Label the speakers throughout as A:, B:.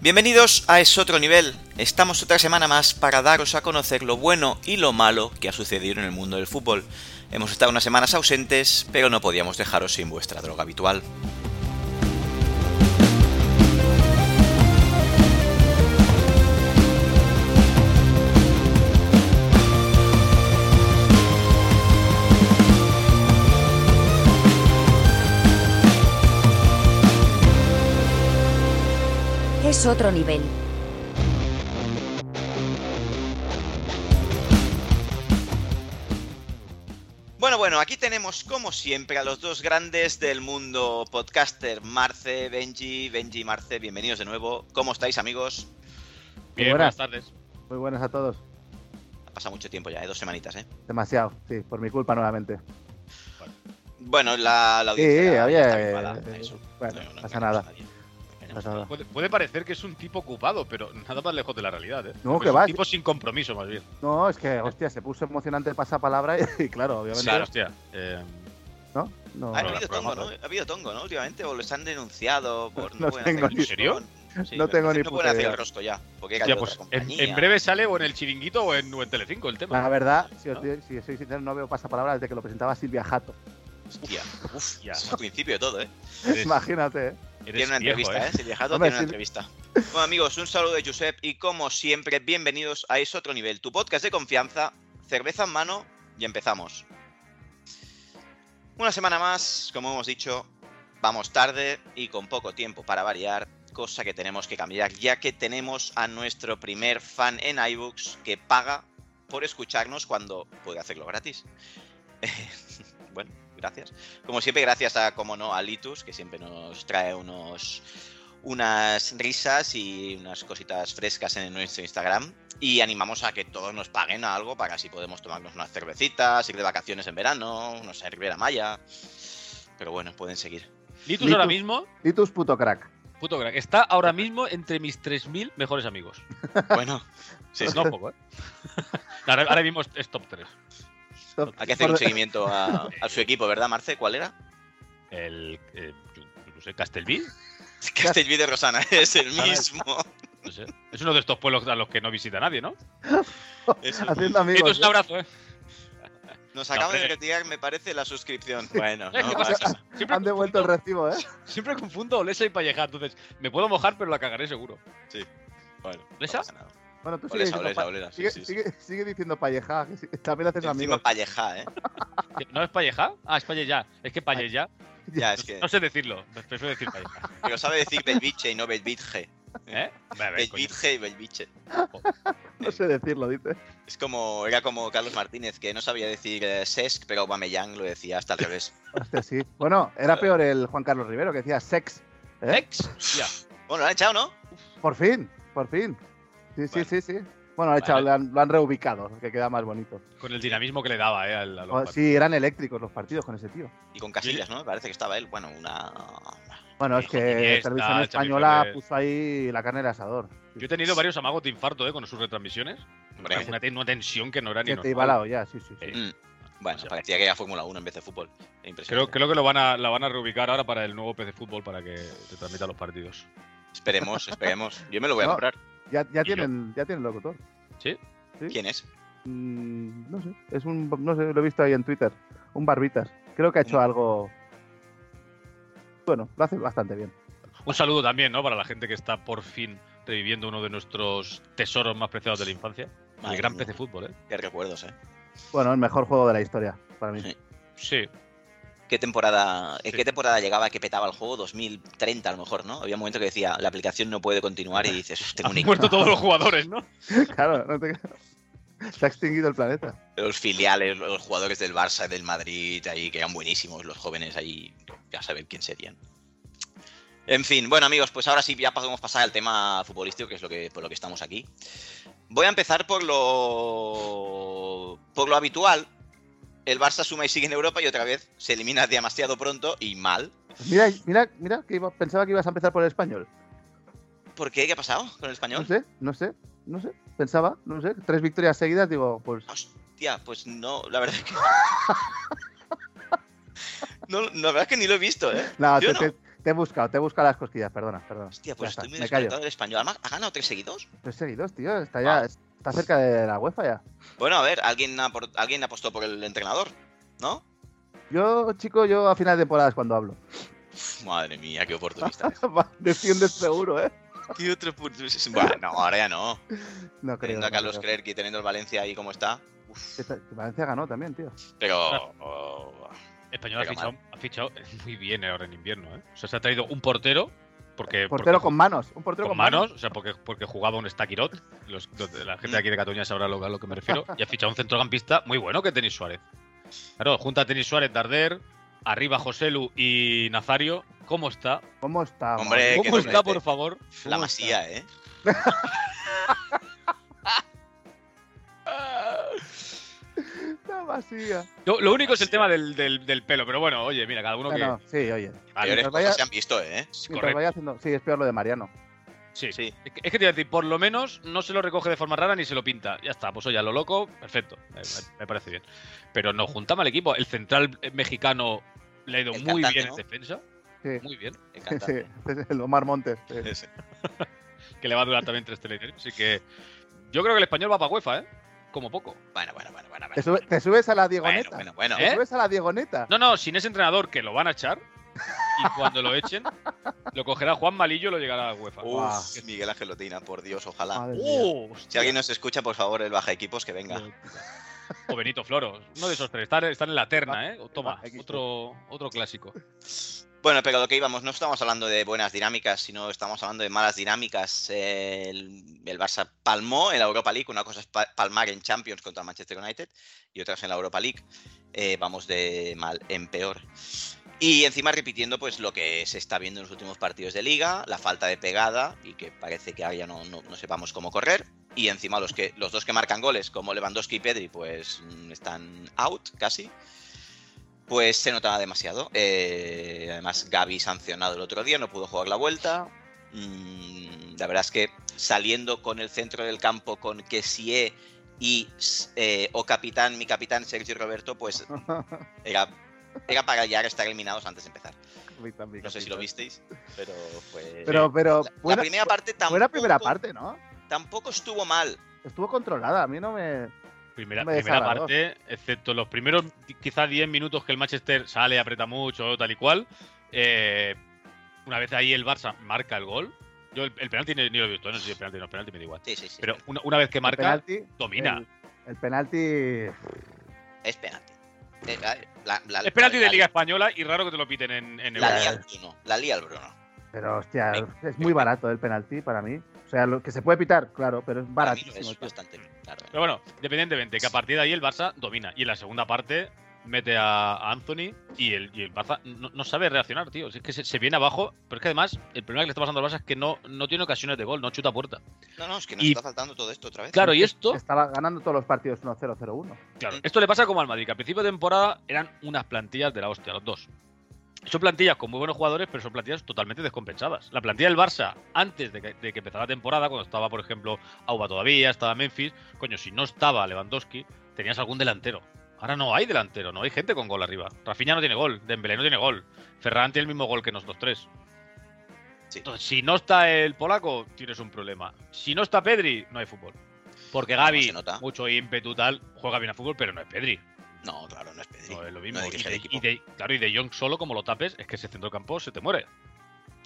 A: Bienvenidos a Es Otro Nivel. Estamos otra semana más para daros a conocer lo bueno y lo malo que ha sucedido en el mundo del fútbol. Hemos estado unas semanas ausentes, pero no podíamos dejaros sin vuestra droga habitual.
B: Es otro nivel.
A: Bueno, bueno, aquí tenemos como siempre a los dos grandes del mundo podcaster, Marce, Benji, Benji, Marce, bienvenidos de nuevo. ¿Cómo estáis amigos?
C: Bien, buenas
D: buenas.
C: tardes.
D: Muy buenas a todos.
A: Ha pasado mucho tiempo ya, ¿eh? dos semanitas, ¿eh?
D: Demasiado, sí, por mi culpa nuevamente.
A: Bueno, la, la
D: Sí,
A: audiencia ya
D: oye,
A: está enfadada,
D: eh,
A: eso.
D: bueno,
A: No, no
D: pasa
A: engañamos
D: nada.
A: a nadie. No engañamos
D: Pasa
A: a
D: nada.
C: Puede, puede parecer que es un tipo ocupado, pero nada más lejos de la realidad, ¿eh?
D: No,
C: Porque
D: que
C: es
D: va.
C: Un tipo sin compromiso, más bien.
D: No, es que, hostia, se puso emocionante el pasapalabra y, y claro, obviamente.
C: Claro, hostia. Eh,
D: ¿No? No,
A: Ha
C: Bueno,
A: habido tongo, ¿no?
C: programazo.
A: Ha habido tongo, ¿no? Últimamente, o les han denunciado por
D: No
A: pueden
D: tengo
A: hacer-
C: ni- ¿En serio?
A: Sí,
D: No
A: me
D: tengo
A: parece
D: ni
A: que No
D: puta
A: pueden hacer
D: idea.
A: el rosco ya, porque era
C: hostia,
A: de
C: pues
A: otra
C: en,
A: compañía.
C: en breve sale o en el chiringuito o en, o en Telecinco el tema.
D: La verdad, si, os digo- si soy sincero, no veo pasapalabra desde que lo presentaba Silvia Jato.
A: Hostia, uf,
C: Ya.
A: es el principio de todo, ¿eh?
C: Eres-
D: Imagínate, ¿eh?
C: eres
A: Tiene una
C: viejo,
A: entrevista, ¿eh? Si viajado,
D: Hombre,
A: tiene una
D: sí.
A: entrevista. Bueno, amigos, un saludo de Josep y como siempre, bienvenidos a Es Otro Nivel, tu podcast de confianza, cerveza en mano y empezamos. Una semana más, como hemos dicho, vamos tarde y con poco tiempo para variar, cosa que tenemos que cambiar, ya que tenemos a nuestro primer fan en iBooks que paga por escucharnos cuando puede hacerlo gratis. bueno, gracias. Como siempre, gracias a, como no, a Litus, que siempre nos trae unos unas risas y unas cositas frescas en nuestro Instagram. Y animamos a que todos nos paguen algo para así podemos tomarnos unas cervecitas, ir de vacaciones en verano, no sé, Riviera Maya. Pero bueno, pueden seguir.
C: Litus,
D: Litus.
C: ahora mismo,
D: Litus puto crack.
C: puto crack, está ahora mismo entre mis 3.000 mejores amigos.
A: Bueno, sí, sí.
C: No poco, ¿eh? ahora, ahora mismo es, es top 3.
D: Top-
A: hay que hacer un
D: por-
A: seguimiento a, a su equipo, ¿verdad, Marce? ¿Cuál era?
C: El, eh, yo- yo no sé, Castelví,
A: Castellví de Rosana, es el mismo.
C: no sé. Es uno de estos pueblos a los que no visita nadie, ¿no?
A: Es el-
D: Haciendo
C: Litus,
D: amigos.
C: un
D: ¿eh?
C: abrazo, ¿eh?
A: Nos acaba de
C: hombre.
A: retirar, me parece, la suscripción. Bueno,
C: Eh,
A: no
C: ¿qué pasa?
A: pasa
C: Siempre
D: Han devuelto el
C: confundo-
D: recibo, ¿eh?
C: Siempre confundo Olesa y Palleja, entonces me puedo mojar, pero la cagaré seguro.
A: Bueno, no
C: ¿Olesa?
A: pasa nada.
D: Bueno, tú sigues
A: Olesa,
D: diciendo,
A: olesa,
D: pa-
A: olesa, sí,
D: sigue,
A: sí, sí.
D: sigue- sigue diciendo palleja. que sí, también haces
A: Encima
D: amigos.
A: Palleja, ¿eh?
C: ¿No es Palleja? Ah, es Palleja. Es que Palleja.
A: Ya, Ah, es que.
C: No sé decirlo. Prefiero decir Palleja.
A: Pero sabe decir Belviche y no Belvitge.
C: ¿Eh? Hombre, a ver, coño.
A: Belvitge y Belviche.
D: No sé decirlo, dice.
A: Es como, era como Carlos Martínez, que no sabía decir eh, Sesc, pero Aubameyang lo decía hasta al revés.
D: Hostia, sí. Bueno, era peor el Juan Carlos Rivero que decía sex. ¿eh?
C: Ex. Ya.
A: Bueno, lo han echado, ¿no?
D: Por fin, por fin. Sí,
A: Vale.
D: sí, sí, sí. Bueno, lo, han echado,
C: Vale.
D: lo han, lo han reubicado, que queda más bonito.
C: Con el dinamismo que le daba, ¿eh? al- a los
D: O-
C: partidos.
D: Ah, sí, eran eléctricos los partidos con ese tío.
A: Y con Casillas, ¿no? Parece que estaba él. Bueno, una.
D: Bueno, es
C: Sí,
D: que
C: Iniesta,
D: Televisión
C: Xavi
D: Española
C: Fernández.
D: puso ahí la carne al asador.
C: Yo he tenido varios amagos de infarto, ¿eh? Con sus retransmisiones.
A: Hombre.
C: Una, ten- una tensión que no era ni
D: Que te
C: normal.
D: iba la olla, sí, sí. sí.
C: Eh,
A: Mm.
C: O
A: Bueno,
C: sea,
A: parecía que era Fórmula 1 en vez de fútbol.
C: Creo,
A: Impresionante.
C: creo que lo van a, la van a reubicar ahora para el nuevo PC Fútbol para que te transmita los partidos.
A: Esperemos, esperemos. Yo me lo voy a
D: No.
A: comprar.
D: Ya, ya
C: y yo.
D: tienen, ya tienen locutor.
A: ¿Quién es?
D: Mm, no sé, es un, no sé, lo he visto ahí en Twitter. Un barbitas. Creo que ha hecho
A: Un-
C: Mm.
D: algo. Bueno, lo hace bastante bien.
C: Un saludo también, ¿no? Para la gente que está por fin reviviendo uno de nuestros tesoros más preciados de la infancia.
A: Madre
C: el gran
A: mía.
C: PC Fútbol, ¿eh?
A: Qué recuerdos, ¿eh?
D: Bueno, el mejor juego de la historia para mí.
A: Sí.
C: Sí,
A: ¿Qué temporada, ¿En
C: Sí.
A: qué temporada llegaba que petaba el juego? 2030 a lo mejor, ¿no? Había un momento que decía, la aplicación no puede continuar y dices, tengo
C: han
A: un hijo.
C: muerto todos los jugadores, ¿no?
D: Claro, no te- se ha extinguido el planeta.
A: los filiales, los jugadores del Barça, del Madrid, ahí que eran buenísimos, los jóvenes ahí, ya saber quién serían. En fin, bueno amigos, pues ahora sí ya podemos pasar al tema futbolístico, que es lo que, por lo que estamos aquí. Voy a empezar por lo, por lo habitual. El Barça suma y sigue en Europa y otra vez se elimina demasiado pronto y mal.
D: Pues Mira, mira, mira, que iba- pensaba que ibas a empezar por el español.
A: ¿Por qué? ¿Qué ha pasado con el
D: No
A: español?
D: sé, no sé, no sé. Pensaba, no sé, tres victorias seguidas, digo, pues
A: Hostia, pues no, la verdad es que... No, la verdad es que ni lo he visto, ¿eh?
D: nada,
A: Yo
D: te,
A: no.
D: te- Te he buscado, te he buscado las cosquillas, perdona, perdona.
A: Hostia,
D: Ya
A: pues
D: está,
A: estoy muy
D: me callo.
A: desconectado del español. Además, ¿Ha ganado tres seguidos?
D: Tres seguidos, tío. Está ya, está cerca de la UEFA ya.
A: Bueno, a ver, alguien, apor- alguien apostó por el entrenador, ¿no?
D: Yo, chico, yo a final de temporada es cuando hablo.
A: Pf, Madre mía, qué oportunista. eres.
D: Va, Desciendes seguro, ¿eh?
A: ¿Qué otro punto? Bueno, no, ahora ya no.
D: No creo.
A: Teniendo a
D: no
A: Carlos
D: creo.
A: Clerc y teniendo el Valencia ahí como está.
D: Esta- Valencia ganó también, tío.
A: Pero. oh,
C: Español ha
A: Pero
C: fichado, ha fichado muy bien ahora en invierno. ¿eh? O sea, se ha traído un portero. Porque,
D: portero
C: porque-
D: con manos. Un portero
C: con manos, o sea, porque, porque jugaba un Stakirot. Los, los de la gente de aquí de Cataluña sabrá lo, a lo que me refiero. Y ha fichado un centrocampista muy bueno que es Denis Suárez. Claro, junta a Denis Suárez, Darder, arriba Joselu y Nazario. ¿Cómo está?
D: ¿Cómo está?
A: Hombre,
D: macho?
A: qué
C: ¿Cómo está,
A: doblete.
C: por favor?
A: la
D: ¿Cómo
A: masía, ¿eh?
D: Está vacía.
C: Lo, lo único es el tema del, del- del pelo, pero bueno, oye, mira, cada uno que.
D: Bueno, sí, oye.
C: Vale,
A: Peores
D: nos
A: cosas
D: vaya-
A: se han visto, ¿eh?
D: Mientras
C: correcto.
D: vaya haciendo- Sí, es peor lo de Mariano.
C: Sí.
A: Sí.
C: Es que es que te iba a decir, por lo menos no se lo recoge de forma rara ni se lo pinta. Ya está, pues oye, a lo loco, perfecto. Me, me- me parece bien. Pero no juntamos al equipo. El central eh, mexicano le ha ido
A: El
C: muy
A: cantante,
C: bien en
A: ¿no?
C: defensa.
D: Sí.
C: Muy bien.
A: El
D: Sí,
A: cantante.
D: este es el Omar Montes. sí.
A: Ese.
C: Que le va a durar también tres telediarios. Así que yo creo que el español va para UEFA, ¿eh? Como poco.
A: Bueno, bueno, bueno, bueno.
D: ¿Te,
A: bueno.
D: sube- te subes a
A: Bueno,
D: la Diegoneta?
A: bueno, bueno.
D: ¿Te
C: ¿Eh?
D: subes a la Diegoneta?
C: No, no, sin ese entrenador que lo van a echar. Y cuando lo echen, lo cogerá Juan Malillo y lo llegará a UEFA.
A: Uf,
D: Guau.
A: Miguel Ángel Lotina, por Dios, ojalá.
D: Madre mía.
C: ¡Oh!
A: Si alguien nos escucha, por favor, el baja equipos que venga.
C: O Benito Floros. Uno de esos tres. Están, están en la terna, ¿eh? Toma,
D: Va, X.
C: otro, otro clásico.
A: Bueno, pero lo que íbamos, no estamos hablando de buenas dinámicas, sino estamos hablando de malas dinámicas. Eh, El, el Barça palmó en la Europa League, una cosa es pa- palmar en Champions contra el Manchester United y otras en la Europa League. Eh, vamos de mal en peor. Y encima repitiendo pues lo que se está viendo en los últimos partidos de liga, la falta de pegada y que parece que ahora ya no, no- no sepamos cómo correr. Y encima los, que, los dos que marcan goles, como Lewandowski y Pedri, pues mm, están out casi. Pues se notaba demasiado. Eh, además, Gaby sancionado el otro día, no pudo jugar la vuelta. Mm, la verdad es que saliendo con el centro del campo, con Kessie y eh, o capitán, mi capitán Sergio Roberto, pues era, era para ya estar eliminados antes de empezar. No sé si lo visteis, pero fue.
D: Pero, pero,
A: la, la
D: buena,
A: primera parte tampoco,
D: buena primera parte, ¿no?
A: tampoco estuvo mal.
D: Estuvo controlada, a mí no me...
C: Primera,
D: Me
C: primera
D: desagradó.
C: parte, excepto los primeros quizás 10 minutos que el Manchester sale, aprieta mucho, tal y cual. eh, una vez ahí el Barça marca el gol. Yo el, el penalti ni, ni lo he visto, ¿eh? no sé si el penalti no, el penalti me da igual.
A: Sí, sí, sí.
C: Pero una, una vez que
D: el
C: marca,
D: penalti,
C: domina.
D: El, el penalti...
A: Es penalti. Eh, la- la-
C: es penalti
A: la-
C: de
A: la-
C: Liga Española y raro que te lo piten en, en
A: La lía
C: Europa.
A: el Bruno. La lía el Bruno.
D: Pero, hostia,
A: Ven,
D: es muy barato el penalti para mí. O sea, lo que se puede pitar, claro, pero es
A: Para mí
D: baratísimo.
A: es
D: tío.
A: bastante claro.
C: Pero bueno, independientemente, que a partir de ahí el Barça domina. Y en la segunda parte mete a a Anthony y el, y el Barça no, no sabe reaccionar, tío. Si Es que se, se viene abajo, pero es que además el problema que le está pasando al Barça es que no, no tiene ocasiones de gol, no chuta a puerta.
A: No, no, es que nos
C: Y-
A: está faltando todo esto otra vez.
C: Claro, y esto
D: Estaba ganando todos los partidos 1-0, 0-1.
C: Claro, esto le pasa como al Madrid, que al principio de temporada eran unas plantillas de la hostia, los dos. Son plantillas con muy buenos jugadores, pero son plantillas totalmente descompensadas. La plantilla del Barça, antes de que, de que empezara la temporada, cuando estaba, por ejemplo, Auba todavía, estaba Memphis, coño, si no estaba Lewandowski, tenías algún delantero. Ahora no hay delantero, no hay gente con gol arriba. Rafinha no tiene gol, Dembélé no tiene gol, Ferran tiene el mismo gol que nosotros tres.
A: Sí.
C: Entonces, si no está el polaco, tienes un problema. Si no está Pedri, no hay fútbol. Porque Gaby,
A: se nota.
C: mucho ímpetu tal, juega bien a fútbol, pero no es Pedri.
A: No, claro, no eh. es Pedri.
C: No es lo mismo.
A: No hay que
C: y,
A: ser
C: de,
A: equipo.
C: y de- claro, y de Jong solo, como lo tapes, es que ese centrocampo se te muere.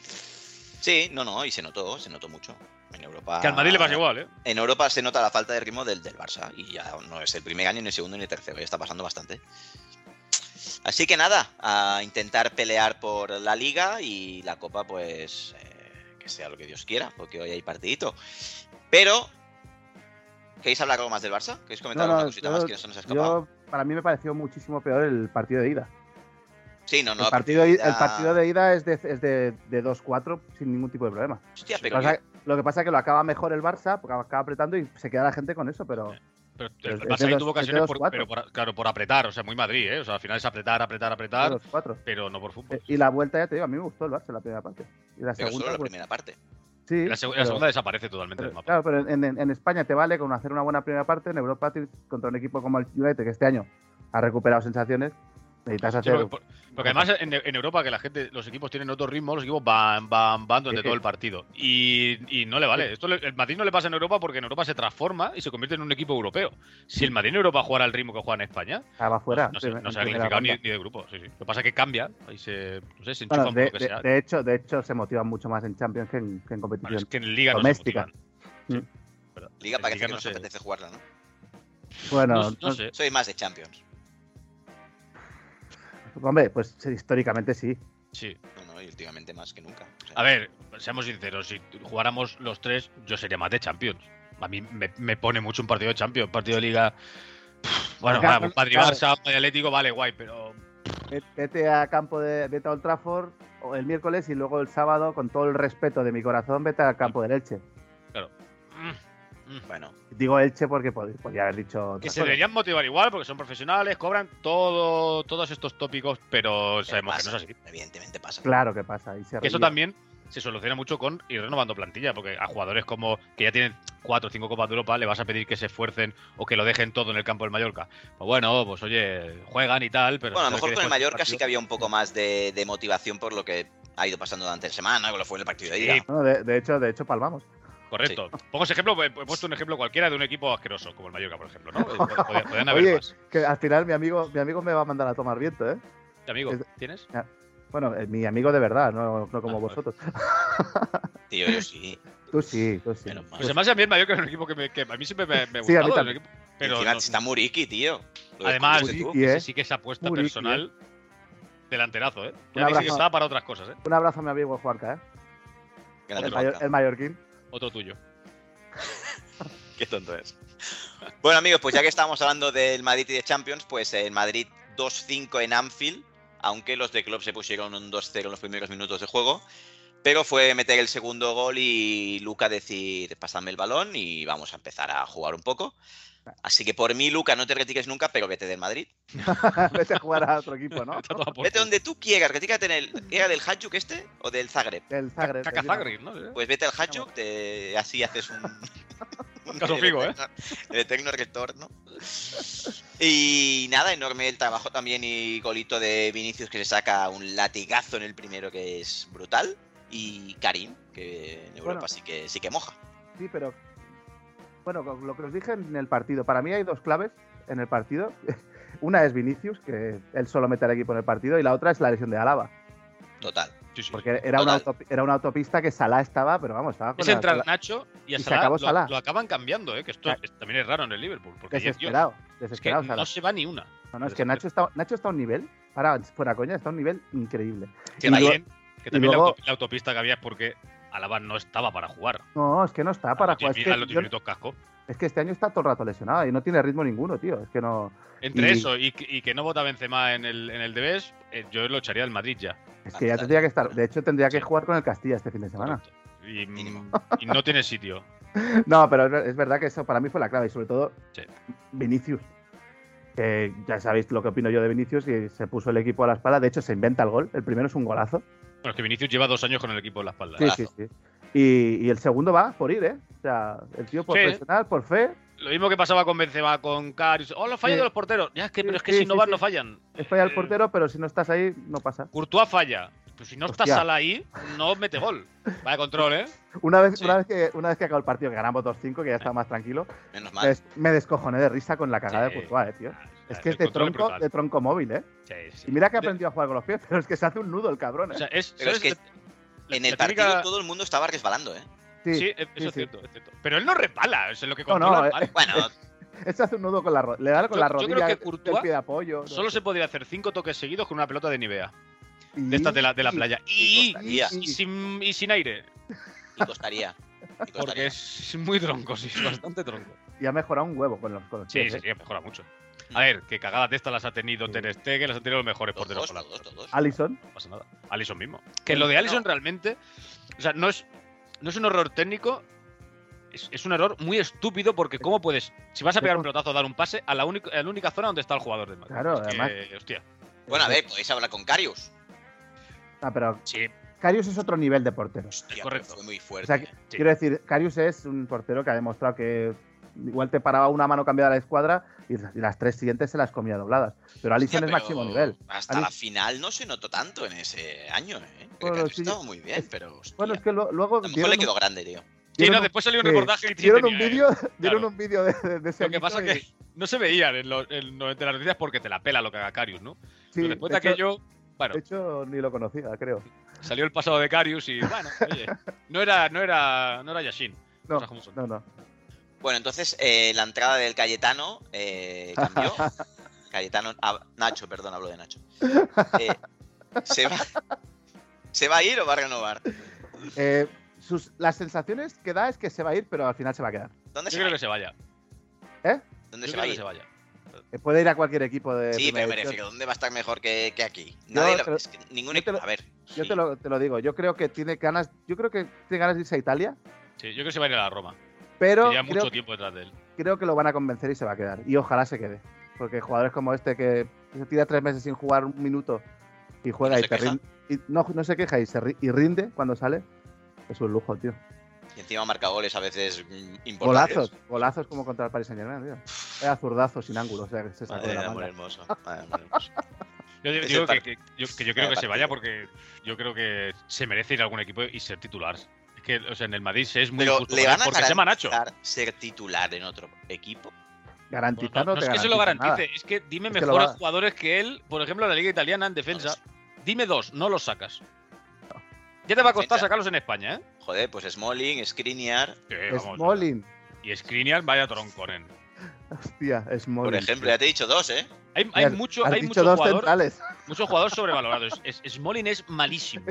A: Sí, no, no, y se notó, se notó mucho. En Europa.
C: que al Madrid le pasa igual, ¿eh?
A: En Europa se nota la falta de ritmo del, del Barça. Y ya no es el primer año, ni el segundo, ni el tercero. Ya está pasando bastante. Así que nada, a intentar pelear por la liga y la copa, pues eh, que sea lo que Dios quiera, porque hoy hay partidito. Pero, ¿queréis hablar algo más del Barça? ¿Queréis comentar
D: No, no,
A: alguna cosita
D: yo-
A: más que no se nos ha escapado?
D: Yo, para mí me pareció muchísimo peor el partido de ida.
A: sí, no, no.
D: el, partido, de-
A: ya-
D: el partido de ida es de, es de, de 2-4 sin ningún tipo de problema.
A: Hostia,
D: Lo que
A: pero
D: pasa-
A: yo-
D: lo que pasa es que lo acaba mejor el Barça, porque acaba apretando y se queda la gente con eso, pero
C: Pero
D: Pero
C: el
D: es
C: Barça
D: de
C: ahí
D: los-
C: tuvo
D: es de
C: ocasiones,
D: los
C: por-
D: cuatro.
C: pero por- claro, por apretar. O sea, muy Madrid, ¿eh? O sea, al final es apretar, apretar, apretar,
D: los cuatro.
C: pero no por fútbol.
D: Eh, Y la vuelta, ya te digo, a mí me gustó el Barça la primera parte. Y la
A: pero solo
D: segunda,
A: la
D: pues,
A: primera parte.
D: sí.
C: la, seg- la
D: pero-
C: segunda desaparece totalmente
D: pero-
C: del mapa.
D: claro, pero en, en- en España te vale con hacer una buena primera parte, en Europa te- contra un equipo como el United, que este año ha recuperado sensaciones, Necesitas
C: Sí,
D: hacer.
C: porque, porque además en, en Europa, que la gente, los equipos tienen otro ritmo, los equipos van, van, van durante
D: Sí.
C: todo el partido. Y, y no le vale. Esto le- el Madrid no le pasa en Europa porque en Europa se transforma y se convierte en un equipo europeo. Si el Madrid en Europa jugara al ritmo que juega en España,
D: estaba fuera.
C: no, se,
D: sí,
C: no
D: en
C: se ha
D: primera
C: clasificado ni,
D: ronda.
C: ni de grupo. Sí, sí. Lo que pasa es que cambia. Ahí se, no sé, se enchufa
D: Bueno,
C: un
D: de,
C: poco que
D: de-
C: sea.
D: de hecho, de hecho, se motivan mucho más en Champions que en, que en
C: Bueno,
D: competición.
C: es que en Liga
D: doméstica.
C: no se motivan. Sí, ¿verdad?
A: Liga
C: En
A: parece que
C: no
A: no nos
C: se-
A: apetece jugarla, ¿no?
D: Bueno,
C: no- no
D: no-
C: sé.
A: Soy más de Champions.
D: hombre, pues históricamente sí.
C: Sí.
A: Bueno, y últimamente más que nunca. O sea,
C: A ver, seamos sinceros, si jugáramos los tres, yo sería más de Champions. A mí me, me pone mucho un partido de Champions, partido de Liga. Pff, Bueno,
D: Claro,
C: vale, Madrid
D: claro.
C: Barça, Madrid Atlético, vale, guay, pero.
D: Vete a campo de vete a Old Trafford o el miércoles y luego el sábado, con todo el respeto de mi corazón, vete al campo del Elche.
C: mm, mm.
A: Bueno,
D: Digo Elche porque pod- podría haber dicho. otra
C: Que se
D: cosa.
C: deberían motivar igual porque son profesionales, cobran todo, todos estos tópicos, pero pues sabemos que no
A: eh, pasa,
C: es así.
A: Evidentemente pasa.
D: Claro que pasa. Y se
C: Que eso
D: reivindica.
C: también se soluciona mucho con ir renovando plantilla, porque a jugadores como que ya tienen cuatro o cinco Copas de Europa le vas a pedir que se esfuercen o que lo dejen todo en el campo del Mallorca. Pues bueno, pues oye, juegan y tal, pero...
A: Bueno, a lo mejor con el
C: sabes que después del
A: Mallorca sí que
C: partido-
A: había un poco más de, de motivación por lo que ha ido pasando durante la semana, que lo fue en el partido de
C: Sí,
A: ida.
D: No, de, de hecho, de hecho, palmamos.
C: Correcto. Pongo ese ejemplo, he he puesto un ejemplo cualquiera de un equipo asqueroso, como el Mallorca, por ejemplo, ¿no? Eh, Podían, podían haber
D: Oye.
C: más.
D: Que al final mi amigo, mi amigo me va a mandar a tomar viento, ¿eh?
C: Amigo,
D: Es-
C: ¿tienes?
D: Bueno, eh, mi amigo de verdad, no, no como
C: Ah, joder.
D: vosotros.
A: Tío, yo sí.
D: Tú sí, tú sí.
A: Menos mal.
C: Pues además a mí el Mallorca es un encima, equipo que, me- que a mí siempre me, me ha
D: Sí, a mí
C: gustado,
D: también.
C: es un equipo- pero
A: Encima
C: no-
A: está Muriki, tío. Lo
C: Además-
A: descubriste tú.
D: Muriqui, ¿eh?
C: ese sí que es apuesta
D: Muriqui,
C: personal delanterazo, ¿eh? Ya
D: Un
C: que sí que
D: abrazo.
C: está para otras cosas, ¿eh?
D: Un abrazo a mi amigo Juanca, ¿eh?
A: Qué
D: El,
A: tonto,
D: mayor- el mallorquín.
C: Otro tuyo.
A: Qué tonto es. Bueno, amigos, pues ya que estábamos hablando del Madrid y de Champions, pues el Madrid 2-5 en Anfield, aunque los de Club se pusieron un 2-0 en los primeros minutos de juego. Pero fue meter el segundo gol y Luca decir, pasadme el balón y vamos a empezar a jugar un poco. Así que por mí, Luca, no te retires nunca, pero vete del Madrid.
D: Vete a jugar a otro equipo, ¿no?
C: Está todo a por
A: Vete
C: culo.
A: donde tú quieras, retírate en el... ¿Era del Hajduk este o del Zagreb?
D: El
C: Ca-
D: Zagreb.
C: Caca
D: el Dinamo.
C: Zagreb, ¿no?
A: Pues vete al Hajduk, te- así haces un...
C: Un caso fijo, ¿eh?
A: El eterno retorno. Y nada, enorme el trabajo también y golito de Vinicius que se saca un latigazo en el primero que es brutal. Y Karim, que en Europa
D: Bueno.
A: sí, que, sí que moja.
D: Sí, pero. Bueno, con lo que os dije en el partido. Para mí hay dos claves en el partido. Una es Vinicius, que él solo mete al equipo en el partido, y la otra es la lesión de Alaba.
A: Total.
C: Pues Sí, sí.
D: Porque era una,
A: Total.
D: autopi- era una autopista que Salah estaba, pero vamos, estaba con
C: Es
D: la-
C: entrar
D: con la-
C: Nacho y a
D: y se
C: Salah
D: acabó
C: lo-
D: Salah.
C: Lo, acaban cambiando, ¿eh? Que esto
D: Claro.
C: es- también es raro en el Liverpool. Porque ya, tío,
D: desesperado.
C: es que
D: Desesperado, Salah.
C: no se va ni una.
D: No, no, es que Nacho está, Nacho está a un nivel, para, fuera coña, está a un nivel increíble.
C: Que
D: Y luego-
C: también, que también la,
D: luego-
C: auto- la autopista que había es porque Alaba no estaba para jugar.
D: No, es que no está para
C: A los diez
D: jugar. Es
C: mi- a los
D: que,
C: 10
D: yo-
C: minutos casco.
D: es que este año está todo el rato lesionado y no tiene ritmo ninguno, tío. Es que no.
C: Entre
D: y-
C: eso y, que- y que no vota Benzema en el, en el Debes, eh, yo lo echaría al Madrid ya.
D: Es
A: Ah,
D: que ya
A: está.
D: tendría que estar. De hecho, tendría que
C: Sí.
D: jugar con el Castilla este fin de semana.
C: Correcto. Y, mm,
A: Mínimo.
C: y no tiene sitio.
D: No, pero es ver- es verdad que eso para mí fue la clave y sobre todo
C: Sí.
D: Vinicius. Que ya sabéis lo que opino yo de Vinicius y se puso el equipo a la espalda. De hecho, se inventa el gol. El primero es un golazo.
C: Bueno, es que Vinicius lleva dos años con el equipo en la espalda.
D: Sí, sí, sí. Y, y el segundo va por ir, ¿eh? O sea, el tío por
C: Sí.
D: presionar, por fe.
C: Lo mismo que pasaba con Benzema, con Karius. ¡Oh, los fallos
D: Sí.
C: de los porteros! Ya, es que,
D: Sí,
C: pero es que
D: sí,
C: si no
D: sí,
C: van,
D: sí.
C: no fallan.
D: Es falla
C: Eh,
D: el portero, pero si no estás ahí, no pasa.
C: Courtois falla. Pues si no está
D: Hostia.
C: Salah ahí, no mete gol. Vaya control, ¿eh?
D: Una vez,
C: Sí.
D: una vez, que, una vez que acabó el partido, que ganamos 2-5, que ya estaba más tranquilo,
A: Menos mal.
D: pues, me descojoné de risa con la cagada
C: Sí. Ah,
D: de Courtois, eh, tío. Es que
C: El
D: es de
C: control
D: tronco,
C: brutal.
D: de tronco móvil, ¿eh?
C: Sí, sí.
D: Y mira que ha
C: De-
D: aprendido a jugar con los pies, pero es que se hace un nudo el cabrón,
C: o
D: ¿eh?
C: sea, es,
A: Pero es
C: ¿sabes? La-
A: en
C: la
A: el partido
C: típica-
A: todo el mundo estaba resbalando, ¿eh?
D: Sí,
C: Sí, eso
D: sí,
C: es
D: sí.
C: cierto, es cierto. Pero él no repala, eso es lo que
D: No, no,
C: controla.
D: eh,
C: vale.
A: Bueno,
D: Este hace un nudo con la rodilla. Le da con
C: Yo-
D: la
C: yo creo
D: rodilla
C: que
D: el
C: Courtois
D: pie de apoyo. no
C: Solo
D: sé.
C: se podría hacer cinco toques seguidos con una pelota de Nivea,
D: Y-
C: de estas de la, de la
D: y-
C: playa.
A: y
C: Y,
A: costaría.
C: y sin, y sin aire,
A: y costaría. Y
C: porque
A: costaría.
C: es muy tronco, sí, bastante tronco.
D: Y ha mejorado un huevo con los, con los
C: Sí,
D: pies,
C: sí,
D: ¿eh?
C: sí, mejora mucho. A ver, que cagadas de estas las ha tenido
D: Sí.
C: Ter Stegen, las han tenido los mejores
A: Todos,
C: porteros
A: todos,
C: holandeses.
A: todos, todos.
D: Alisson,
C: No pasa nada. Alison mismo. Que lo de Alison realmente. O sea, no es, no es un error técnico. Es, es un error muy estúpido porque, ¿cómo puedes? Si vas a pegar un pelotazo, dar un pase a la, única- a la única zona donde está el jugador del Madrid.
D: claro,
C: Es que,
D: además.
C: hostia.
A: Bueno, a ver, podéis hablar con Carius.
D: Ah, pero
C: Sí,
D: Carius es otro nivel de portero.
A: Hostia,
C: Correcto.
A: pero Fue muy fuerte.
D: O sea, que-
C: Sí.
D: Quiero decir, Carius es un portero que ha demostrado que igual te paraba una mano cambiada a la escuadra y, y las tres siguientes se las comía dobladas. Pero Allison
A: Hostia,
D: es
A: pero
D: máximo nivel.
A: Hasta
D: Allison-
A: la final no se notó tanto en ese año, ¿eh? Creo
D: Bueno,
A: que ha
D: sí,
A: estado muy bien,
D: es-
A: pero. hostia,
D: Bueno, es que lo- luego.
A: a lo mejor
D: dieron
A: le
D: un-
A: quedó grande, tío.
C: Sí,
D: dieron
C: no,
D: un-
C: después salió un
D: sí,
C: reportaje que
D: Dieron un
C: tenía, ¿eh?
D: vídeo, dieron
C: Claro.
D: un vídeo de, de- de ese
C: Lo que
D: mito
C: pasa
D: y-
C: es que no se veían en, los, en los- en las noticias porque te la pela lo que haga Carius, ¿no?
D: sí,
C: Pero después
D: de
C: de,
D: hecho-
C: aquello, bueno,
D: De hecho, ni lo conocía, creo.
C: salió el pasado de Carius y bueno, oye, no era, no era, no era Yashin.
D: No,
C: Cosas como son.
D: no, no.
A: Bueno, entonces eh, la entrada del Cayetano eh, cambió. Cayetano. ah, Nacho, perdón, hablo de Nacho. Eh, ¿se, va, ¿Se va a ir o va a renovar?
D: Eh, sus- las sensaciones que da es que se va a ir, pero al final se va a quedar.
A: ¿Dónde se va,
C: Yo creo
A: a ir?
C: que se vaya.
A: ¿Dónde
C: Yo
A: se va
C: creo
A: a
C: que
A: ir?
C: se vaya.
D: Eh, Puede ir a cualquier equipo de.
A: Sí,
D: Eh, primera
A: pero me
D: división.
A: refiero, ¿dónde va a estar mejor que, que aquí? Nadie
D: te
A: lo-
D: lo-
A: es que ningún
D: yo te
A: equipo.
D: lo-
A: A ver.
D: Yo
A: sí.
D: te lo, te lo digo, yo creo que tiene ganas, yo creo que tiene ganas de irse a Italia,
C: Sí, yo creo que se va a ir a la Roma.
D: pero
C: Lleva mucho
D: creo,
C: tiempo detrás de él.
D: creo que lo van a convencer y se va a quedar. Y ojalá se quede. Porque jugadores como este que se tira tres meses sin jugar un minuto y juega
A: no
D: y,
A: se
D: te
A: queja.
D: rinde, y no, no se queja y, se ri- y rinde cuando sale, es un lujo, tío.
A: Y encima marca goles a veces mm, importantes.
D: Golazos, golazos como contra el Paris Saint Germain, tío. Era zurdazo sin ángulo, o sea, que se sacó
A: Madre
D: de
A: de
D: la
A: amor
D: manga.
A: hermoso. madre de amor hermoso.
C: Yo
A: Es
C: digo
A: el
C: que,
A: par-
C: que- yo, que yo creo
A: el
C: que se
A: partido.
C: vaya porque yo creo que se merece ir a algún equipo y ser titular. Es que, o sea, en el Madrid se es muy
A: Pero
C: injusto
A: le
C: con él
A: van a
C: porque se llama Nacho.
A: garantizar ser titular en otro equipo.
C: Bueno,
D: Garantizar
C: Pues no,
D: no,
C: no
D: te
C: es que se lo
D: garantiza
C: garantice,
D: nada.
C: es que dime
D: Es que lo
C: mejores
D: va-
C: jugadores que él, por ejemplo, en la Liga Italiana en defensa. Dime dos, no los sacas. Ya te va a costar
A: Defensa.
C: sacarlos en España, ¿eh?
A: Joder, pues Smalling, Skriniar,
C: Sí, eh, vamos,
D: Smalling,
C: Y Skriniar vaya ¿eh? tronconen.
D: hostia, Smalling.
A: por ejemplo, ya te he dicho dos, ¿eh?
C: Hay,
D: Mira,
C: hay mucho,
D: has
C: hay
D: dicho
C: mucho
D: dos
C: jugador,
D: centrales.
C: mucho jugador sobrevalorado. Es- es- Smalling es malísimo.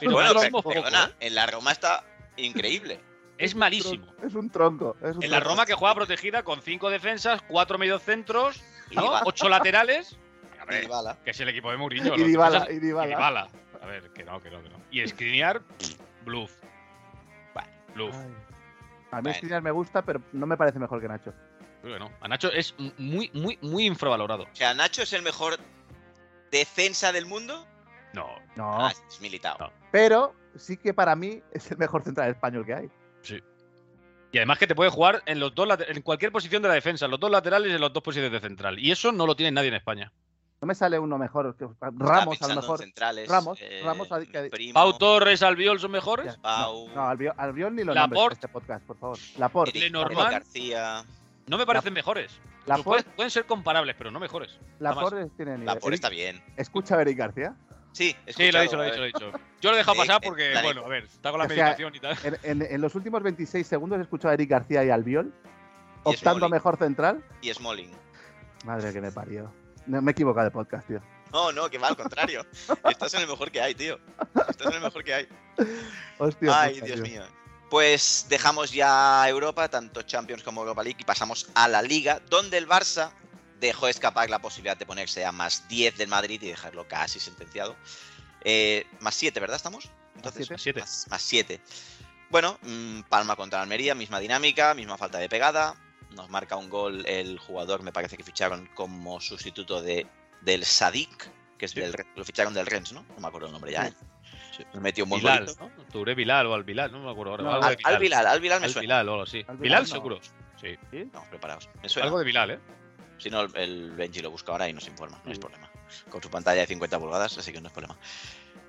C: Pero
A: Bueno, per-
C: malísimo poco,
A: perdona,
C: ¿eh?
A: en la Roma está increíble.
C: Es malísimo.
D: Es un tronco. es un
C: En la
D: tronco.
C: Roma que juega protegida con cinco defensas, cuatro mediocentros, ¿no?
A: Y Dybala.
C: ocho laterales. A ver,
A: Dybala.
C: que es el equipo de Mourinho.
D: Y
C: los
D: Dybala,
C: defensas-
D: y
C: y
D: Dybala.
C: Dybala. A ver, que no, que no, que no. Y Skriniar, bluff. Vale, bluff.
D: Ay. A mí
A: Bueno.
D: Skriniar me gusta, pero no me parece mejor que Nacho.
C: Creo que no. A Nacho es m- muy, muy, muy infravalorado.
A: O sea, Nacho es el mejor defensa del mundo.
C: No.
D: No.
A: Ah, es militado.
C: No.
D: Pero sí que para mí es el mejor central español que hay.
C: Y además que te puede jugar en los dos late- en cualquier posición de la defensa, en los dos laterales y en las dos posiciones de central. Y eso no lo tiene nadie en España.
D: No me sale uno mejor. que-
A: Estaba
D: Ramos, a lo
A: pensando en
D: mejor.
A: Centrales, eh,
D: Ramos, Ramos ha- que-
A: Primo,
C: Pau Torres, Albiol son mejores.
D: Ya,
A: Pau.
D: No, no, Albiol, Albiol ni lo
C: Laporte.
D: nombres en este podcast, por favor. Laporte.
A: Eric-
C: Lenormand.
A: Eric García.
C: No me parecen mejores. Pues
D: Laporte,
C: pueden- pueden ser comparables, pero no mejores.
D: Laporte tiene nivel.
A: Laporte pues está
D: Eric-
A: bien.
D: Escucha a Eric García.
A: Sí, he
C: Sí, lo he dicho,
A: escuchado,
C: lo
A: eh,
C: he
A: a
C: dicho,
A: ver.
C: lo he dicho. Yo lo he dejado
A: Sí,
C: pasar
A: eh,
C: porque,
A: la
C: bueno, a ver, está con la
D: O sea,
C: medicación y tal.
D: En, en- en los últimos 26 segundos he escuchado a Eric García y Albiol
A: Y
D: optando a
A: Smalling.
D: mejor central.
A: Y Smalling.
D: Madre que me parió. No, me he equivocado de podcast, tío.
A: No, no, que va, al contrario. Estás en el mejor que hay, tío. Estás en el mejor que hay.
D: Hostia,
A: Ay,
D: puta,
A: Dios
D: tío.
A: mío. Pues dejamos ya Europa, tanto Champions como Europa League, y pasamos a la Liga, donde el Barça dejó escapar la posibilidad de ponerse a más 10 del Madrid y dejarlo casi sentenciado. Eh, más 7, ¿verdad? ¿Estamos? Entonces,
D: siete.
C: Siete.
A: más- más 7. Bueno, mm, Palma contra Almería, misma dinámica, misma falta de pegada. Nos marca un gol el jugador, me parece que ficharon como sustituto de, del Sadik, que es
C: Sí.
A: del, lo ficharon del Rennes, ¿no? No me acuerdo el nombre ya.
D: Sí.
A: ¿eh? Metió un buen
C: Bilal,
A: golito.
C: ¿no? Touré Bilal o Albilal, no me acuerdo ahora.
D: No,
C: algo de
A: Al, Al Bilal, Al Bilal me
C: Al
A: suena.
C: Bilal o algo así.
D: Al
C: Bilal,
D: Bilal no.
C: seguro. Sí.
A: Estamos preparados. Me suena.
C: Algo de Bilal, ¿eh?
A: Si no, el- el Benji lo busca ahora y nos informa, no es
D: Mm.
A: problema. Con su pantalla de 50 pulgadas, así que no es problema.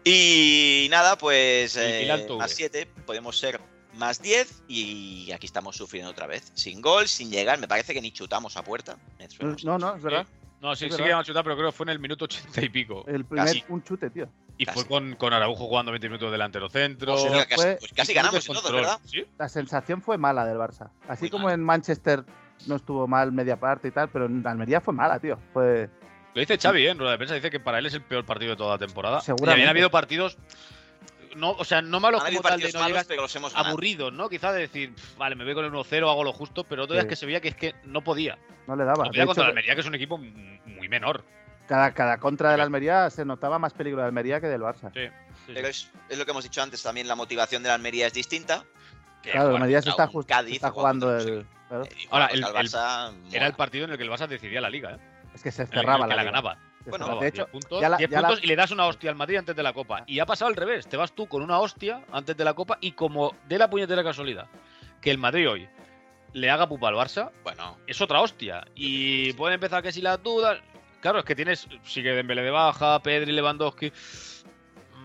A: Y nada, pues
C: Y
A: eh,
C: Milan Toure.
A: más 7, podemos ser más 10 y aquí estamos sufriendo otra vez. Sin gol, sin llegar, me parece que ni chutamos a puerta. Me suena-
D: No, no, es verdad.
A: eh,
C: No, sí,
D: Es
C: sí que
D: verdad.
C: iban a chutar, pero creo que fue en el minuto ochenta y pico.
D: El primer,
A: Casi.
D: un chute, tío.
C: y
A: casi.
C: fue con, con Araujo jugando 20 minutos delantero centro.
A: O sea,
D: Pero
A: casi,
D: fue-
A: pues casi ganamos
C: Control,
A: todos, ¿verdad?
C: ¿sí?
D: La sensación fue mala del Barça. Así
A: Muy
D: como
A: mala.
D: en Manchester no estuvo mal media parte y tal, pero en Almería fue mala, tío. Fue...
C: Lo dice Xavi, ¿eh? En rueda de prensa dice que para él es el peor partido de toda la temporada. Y
D: Seguramente.
C: habían habido partidos. No, o sea, no malos
A: Han habido
C: como tal de
A: partidos
C: no
A: malos,
C: llegar-
A: pero los
D: Ah.
A: hemos ganado.
C: aburridos, ¿no? Quizás de decir, "Pf, vale, me voy con el 1-0, hago lo justo, pero otro día
D: Sí.
C: es que se veía que es que no podía.
D: No le daba.
C: No
D: De
C: podía contra
D: hecho,
C: la Almería, que es un equipo m- muy menor.
D: cada, cada contra del
C: Claro.
D: Almería se notaba más peligro de Almería que del Barça.
C: Sí.
A: Pero es, es lo que hemos dicho anantes, también la motivación de la Almería es distinta.
C: Que,
D: claro, el
C: bueno,
D: Almería se
A: contra
D: está,
A: un
D: just-
A: Cádiz,
D: está
A: o
D: jugando
A: contra un
D: el. claro.
A: Eh, y
C: Ahora,
A: contra
C: el- el-
A: Barça,
C: Era el
A: mola.
C: partido en el que el Barça decidía la liga, ¿eh?
D: Es que se
C: En el- en el
D: cerraba
C: que
D: la,
C: la
D: liga.
C: ganaba.
D: Se
A: Bueno,
C: Cerraba
D: cerraba. de
C: 10
D: hecho,
C: puntos,
D: ya la-
C: 10
D: ya la-
C: puntos y le das una hostia al Madrid antes de la copa. Y ha pasado al revés, te vas tú con una hostia antes de la copa y como de la puñetera casualidad que el Madrid hoy le haga pupa al Barça,
A: Bueno,
C: es otra hostia. Y puede empezar que si las dudas. Claro, es que tienes. Sigue Dembélé de baja, Pedri, Lewandowski.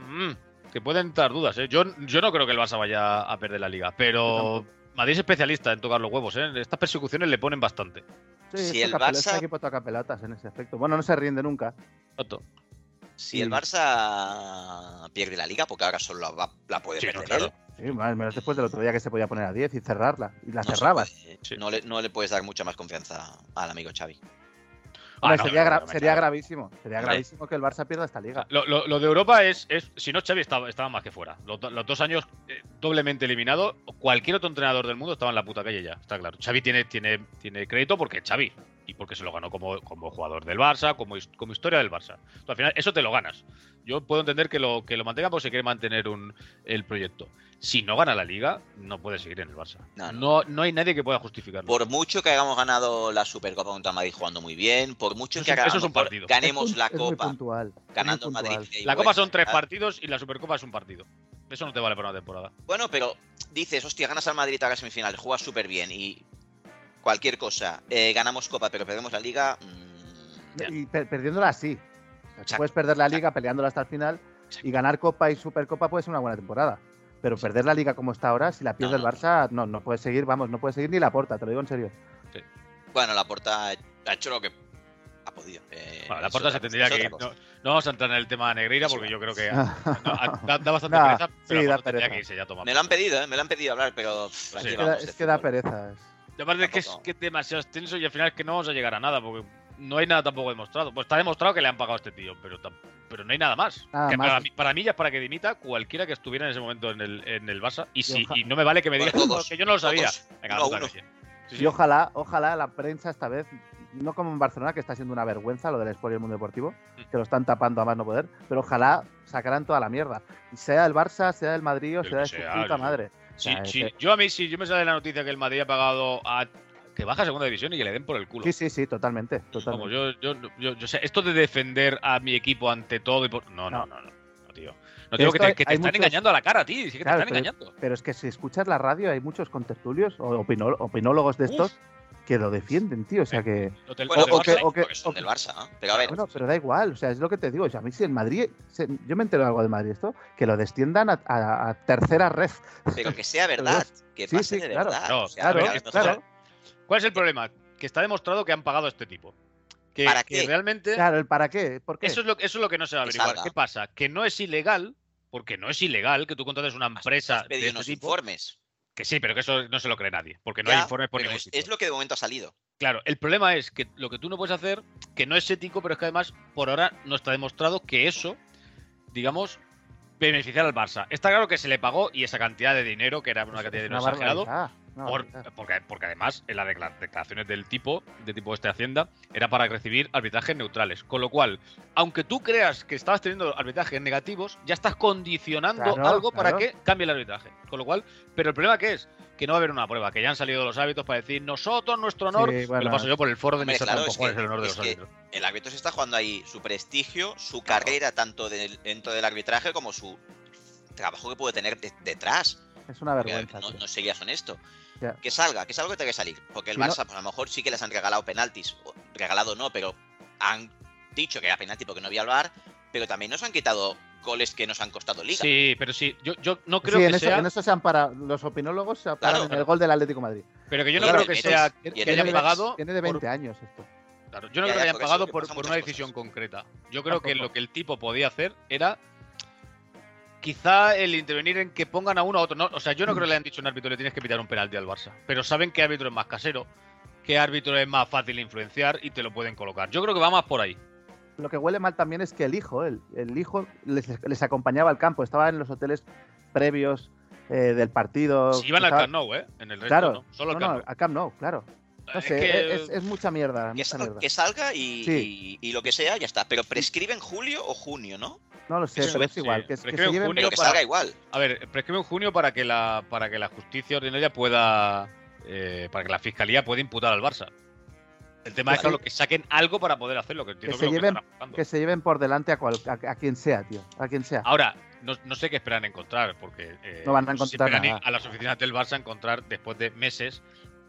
C: Mm, que pueden dar dudas, ¿eh? Yo, yo no creo que el Barça vaya a perder la liga, pero. Madrid es especialista en tocar los huevos, ¿eh? Estas persecuciones le ponen bastante.
D: Sí,
A: Si
D: este
A: el
D: capel-
A: Barça-
D: este equipo toca pelotas en ese aspecto. Bueno, no se rinde nunca.
C: Exacto.
A: si
D: Mm.
A: el Barça pierde la liga, porque ahora solo la, va- la puede
C: Sí, no,
A: perder
C: claro.
A: él,
D: Sí, más o menos después del otro día que se podía poner a 10 y cerrarla. Y
A: no
D: la
A: se
D: cerrabas.
A: puede-
C: Sí.
A: no, le, no le puedes dar mucha más confianza al amigo Xavi.
C: Ah,
D: Hombre,
C: no,
D: sería
C: no,
D: gra-
C: no, no,
D: sería
C: no.
D: gravísimo. Sería
A: Hombre.
D: gravísimo que el Barça pierda esta liga.
C: Lo, lo- lo de Europa es, es- si no Xavi estaba, estaba más que fuera. Los, do- los dos años eh, doblemente eliminado, cualquier otro entrenador del mundo estaba en la puta calle ya, está claro. Xavi tiene, tiene, tiene crédito porque es Xavi y porque se lo ganó como, como jugador del Barça, como, his- como historia del Barça. Tú, al final eso te lo ganas. Yo puedo entender que lo, que lo mantenga porque se quiere mantener un, el proyecto. Si no gana la liga, no puede seguir en el Barça.
A: No,
C: No,
A: no.
C: no, hay nadie que pueda justificarlo.
A: Por mucho que hayamos ganado la Supercopa contra Madrid jugando muy bien, por mucho
C: Eso
A: que
C: es- eso es
A: hagamos-
C: un partido.
A: ganemos
D: Es muy-
A: la
D: es muy
A: Copa
D: puntual, es muy
A: ganando en Madrid.
D: puntual.
A: ida y
C: la Copa
A: vuelta,
C: son tres
A: tal.
C: partidos y la Supercopa es un partido. Eso no te vale para una temporada.
A: Bueno, pero dices, hostia, ganas al Madrid ahora en semifinales, juegas súper bien y cualquier cosa. eh, ganamos Copa, pero perdemos la Liga. mm,
C: Ya.
D: Y per- perdiéndola así.
A: Exacto.
D: Puedes perder la liga peleándola hasta el final y ganar Copa y Supercopa puede ser una buena temporada. Pero perder la liga como está ahora, si la pierde
A: No, no.
D: el Barça, no, no puedes seguir, vamos, no puedes seguir ni la porta, te lo digo en serio.
A: Bueno, la porta ha hecho lo que ha podido. eh,
C: Bueno, la
A: es
C: puerta
A: otra cosa,
C: se tendría
A: es
C: que
A: otra
C: ir.
A: cosa.
C: No, no vamos a entrar en el tema de Negreira porque yo creo que no, a- da, da bastante
D: Nah,
C: pereza, pero
D: sí, da
C: a lo mejor tendría
D: pereza.
C: que irse ya tomando.
A: Me lo han pedido, ¿eh? me lo han pedido hablar, pero pff,
C: Pues
A: aquí
C: sí.
A: vamos, este
D: es
A: de
D: que da
A: fútbol.
D: pereza. es-
C: Y aparte es que es
A: Tampoco.
C: que es demasiado extenso y al final es que no vamos a llegar a nada porque no hay nada tampoco demostrado. Pues está demostrado que le han pagado a este tío, pero, tam- pero no hay nada más.
D: Nada
C: Que
D: más.
C: Para, mí, para mí ya es para que dimita cualquiera que estuviera en ese momento en el, en el Barça. Y, si,
D: oja-
C: y no me vale que me
A: Bueno,
C: digas
A: todos,
C: que yo no lo sabía.
A: todos, uno
C: Venga,
A: a
C: la puta
A: uno.
C: leche. Sí, sí.
D: Y ojalá, ojalá la prensa esta vez, no como en Barcelona, que está siendo una vergüenza lo del Sport y el mundo deportivo,
C: Mm.
D: que lo están tapando a más no poder, pero ojalá sacaran toda la mierda. Y sea el Barça, sea el Madrid o
C: Del
D: sea
C: que
D: de su
C: sea,
D: puta
C: yo-
D: madre.
C: Sí,
D: O sea,
C: sí.
D: es
C: Yo a mí sí, yo me sale la noticia que el Madrid ha pagado a que baja a segunda división y que le den por el culo. Pues
D: Sí, sí, sí, totalmente. totalmente.
C: Vamos, yo, yo, yo, yo sé, esto de defender a mi equipo ante todo y por... No, no, no, no, no, tío. No
D: Pero
C: digo que
D: esto
C: te, que te
D: hay
C: están
D: muchos-
C: engañando a la cara, tío. Sí que
D: Claro,
C: te están
D: pero-
C: engañando.
D: Pero es que si escuchas la radio hay muchos contertulios o opinó- opinólogos de
C: Uf. Eh,
D: estos que lo defienden, tío. O sea que.
C: Lo del-
A: Bueno,
C: lo del
D: o que-
C: Barça-
A: Barça,
D: o que-
A: porque son
D: o que-
A: del Barça, ¿eh? pero a ver,
D: Bueno, pero da igual, o sea, es lo que te digo. O sea, a mí si el Madrid. se- yo me entero algo de Madrid esto, que lo desciendan a, a- a tercera red.
A: pero que sea verdad, que
D: Sí,
A: pase
D: sí,
A: de
D: claro.
A: verdad.
C: No,
A: o sea,
D: Claro,
A: que a lo mejor-
D: claro.
C: ¿Cuál es el problema? Que está demostrado que han pagado a este tipo. Que,
A: ¿Para
C: que
A: qué?
C: realmente...
D: Claro, ¿el para qué? ¿Por qué?
C: Eso es, lo, eso es lo que no se va a
A: Que
C: averiguar.
A: salga.
C: ¿Qué pasa? Que no es ilegal, porque no es ilegal que tú contrates una empresa
A: Has
C: de
A: pedido
C: este
A: unos
C: tipo.
A: informes.
C: Que sí, pero que eso no se lo cree nadie, porque no
A: Ya,
C: hay informes por
A: pero
C: ningún
A: es,
C: sitio.
A: es lo que de momento ha salido.
C: Claro, el problema es que lo que tú no puedes hacer, que no es ético, pero es que además por ahora no está demostrado que eso, digamos, beneficiar al Barça. Está claro que se le pagó y esa cantidad de dinero, que era una cantidad de dinero exagerado,
D: barbaridad, Pues eh, una
C: por-
D: barbaridad.
C: porque, porque además en las decla- declaraciones del tipo, de tipo este Hacienda, era para recibir arbitrajes neutrales. Con lo cual, aunque tú creas que estabas teniendo arbitrajes negativos, ya estás condicionando
D: Claro,
C: algo para
D: claro.
C: que cambie el arbitraje. Con lo cual, pero el problema que es que no va a haber una prueba, que ya han salido los hábitos para decir nosotros, nuestro honor.
D: Sí,
C: me
D: bueno,
C: lo paso yo por el foro de
A: hombre,
C: mis
A: claro, es
C: cojones
A: que-
C: el honor de
A: es
C: los
A: que-
C: árbitros.
A: El árbitro se está jugando ahí su prestigio, su carrera, tanto del- dentro del arbitraje como su trabajo que puede tener de- detrás.
D: Es una
A: Porque, a ver,
D: vergüenza.
A: no,
D: tío.
A: no serías honesto.
D: Ya.
A: Que salga, que salga que tenga que salir. Porque el
D: Si no-
A: Barça, pues, a lo mejor sí que les han regalado penaltis. o- Regalado no, pero han dicho que era penalti porque no había el bar. Pero también nos han quitado goles que nos han costado liga.
C: Sí, pero sí, yo, yo no creo
D: Sí,
C: que
D: en eso,
C: sea,
D: en eso se han parado. Los opinólogos se paran
A: Claro.
D: en el gol del Atlético de Madrid.
C: pero que yo no
A: Claro,
C: creo que
A: y
C: sea
A: entonces-
C: que,
A: y
C: que
A: entonces-
C: hayan pagado
D: Tiene de
C: por-
D: 20 años esto.
C: Claro, yo no
A: Ya, ya,
C: creo que hayan
A: porque
C: pagado
A: eso
C: por,
A: pasa
C: por
A: muchas
C: una
A: cosas.
C: decisión concreta. Yo creo que
D: Tampoco.
C: lo que el tipo podía hacer era quizá el intervenir en que pongan a uno a otro. No, o sea, yo no creo que le han dicho a un árbitro le tienes que pitar un penalti al Barça. Pero saben qué árbitro es más casero, qué árbitro es más fácil de influenciar y te lo pueden colocar. Yo creo que va más por ahí.
D: Lo que huele mal también es que el hijo, el, el hijo les, les acompañaba al campo, estaba en los hoteles previos eh, del partido.
C: Si iban al
D: estaba-
C: Camp Nou, ¿eh? En el resto
D: Claro,
C: no. Solo al
D: no, no,
C: Camp
D: al Camp Nou, claro.
C: Nou.
D: No
C: Es
D: sé,
C: que-
D: es, es mucha mierda,
A: Que,
D: mucha
A: sal-
D: mierda.
A: que salga y,
D: Sí.
A: y- y lo que sea, ya está. Pero prescribe en julio o junio, ¿no?
D: No lo sé,
C: eso
D: pero
C: es,
D: es igual.
C: sí.
D: Que, es- que
C: Pero es que
D: se
C: en
D: lleven-
C: junio-
A: Pero que
C: para-
A: salga igual.
C: A ver, prescribe en junio para que la, para que la justicia ordinaria pueda. eh, para que la fiscalía pueda imputar al Barça. El tema es
A: Claro.
C: claro, que saquen algo para poder hacerlo. Que, entiendo
D: Pues
C: que
D: Que se
C: lo que
D: lleven-
C: están buscando.
D: que se lleven por delante a, cual- a- a quien sea, tío. A quien sea.
C: Ahora, no, no sé qué esperan encontrar, porque eh,
D: No van a
C: sé si
D: encontrar
C: esperan ir
D: nada.
C: a las oficinas del Barça a encontrar, después de meses,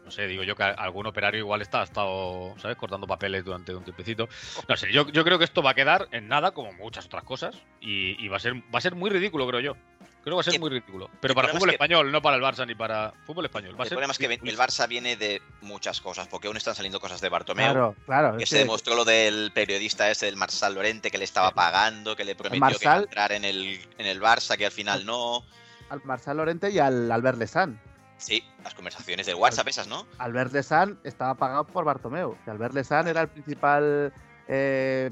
C: No sé, digo yo que algún operario igual está, ha estado, ¿sabes?, cortando papeles durante un tiempecito. No sé, yo, yo creo que esto va a quedar en nada, como muchas otras cosas, y, y va, a ser, va a ser muy ridículo, creo yo. Creo que va a ser
A: Sí.
C: muy ridículo. Pero
A: El
C: para
A: problema es
C: fútbol
A: que-
C: español, no para el Barça ni para fútbol español. Va a
A: El
C: ser
A: problema es que
C: ridículo.
A: el Barça viene de muchas cosas, porque aún están saliendo cosas de Bartomeu,
D: Claro, claro.
A: que
D: es
A: se
D: que-
A: demostró lo del periodista ese del Marsal Lorente que le estaba pagando, que le prometió que iba a
D: Marsal-
A: entrar en el, en el Barça, que al
D: Ah.
A: final no.
D: al Marcel Lorente y al Albert Lesan.
A: Sí, las conversaciones del WhatsApp esas, ¿no?
D: Albert Lesan estaba pagado por Bartomeu. Y Albert Lesan era el principal, eh,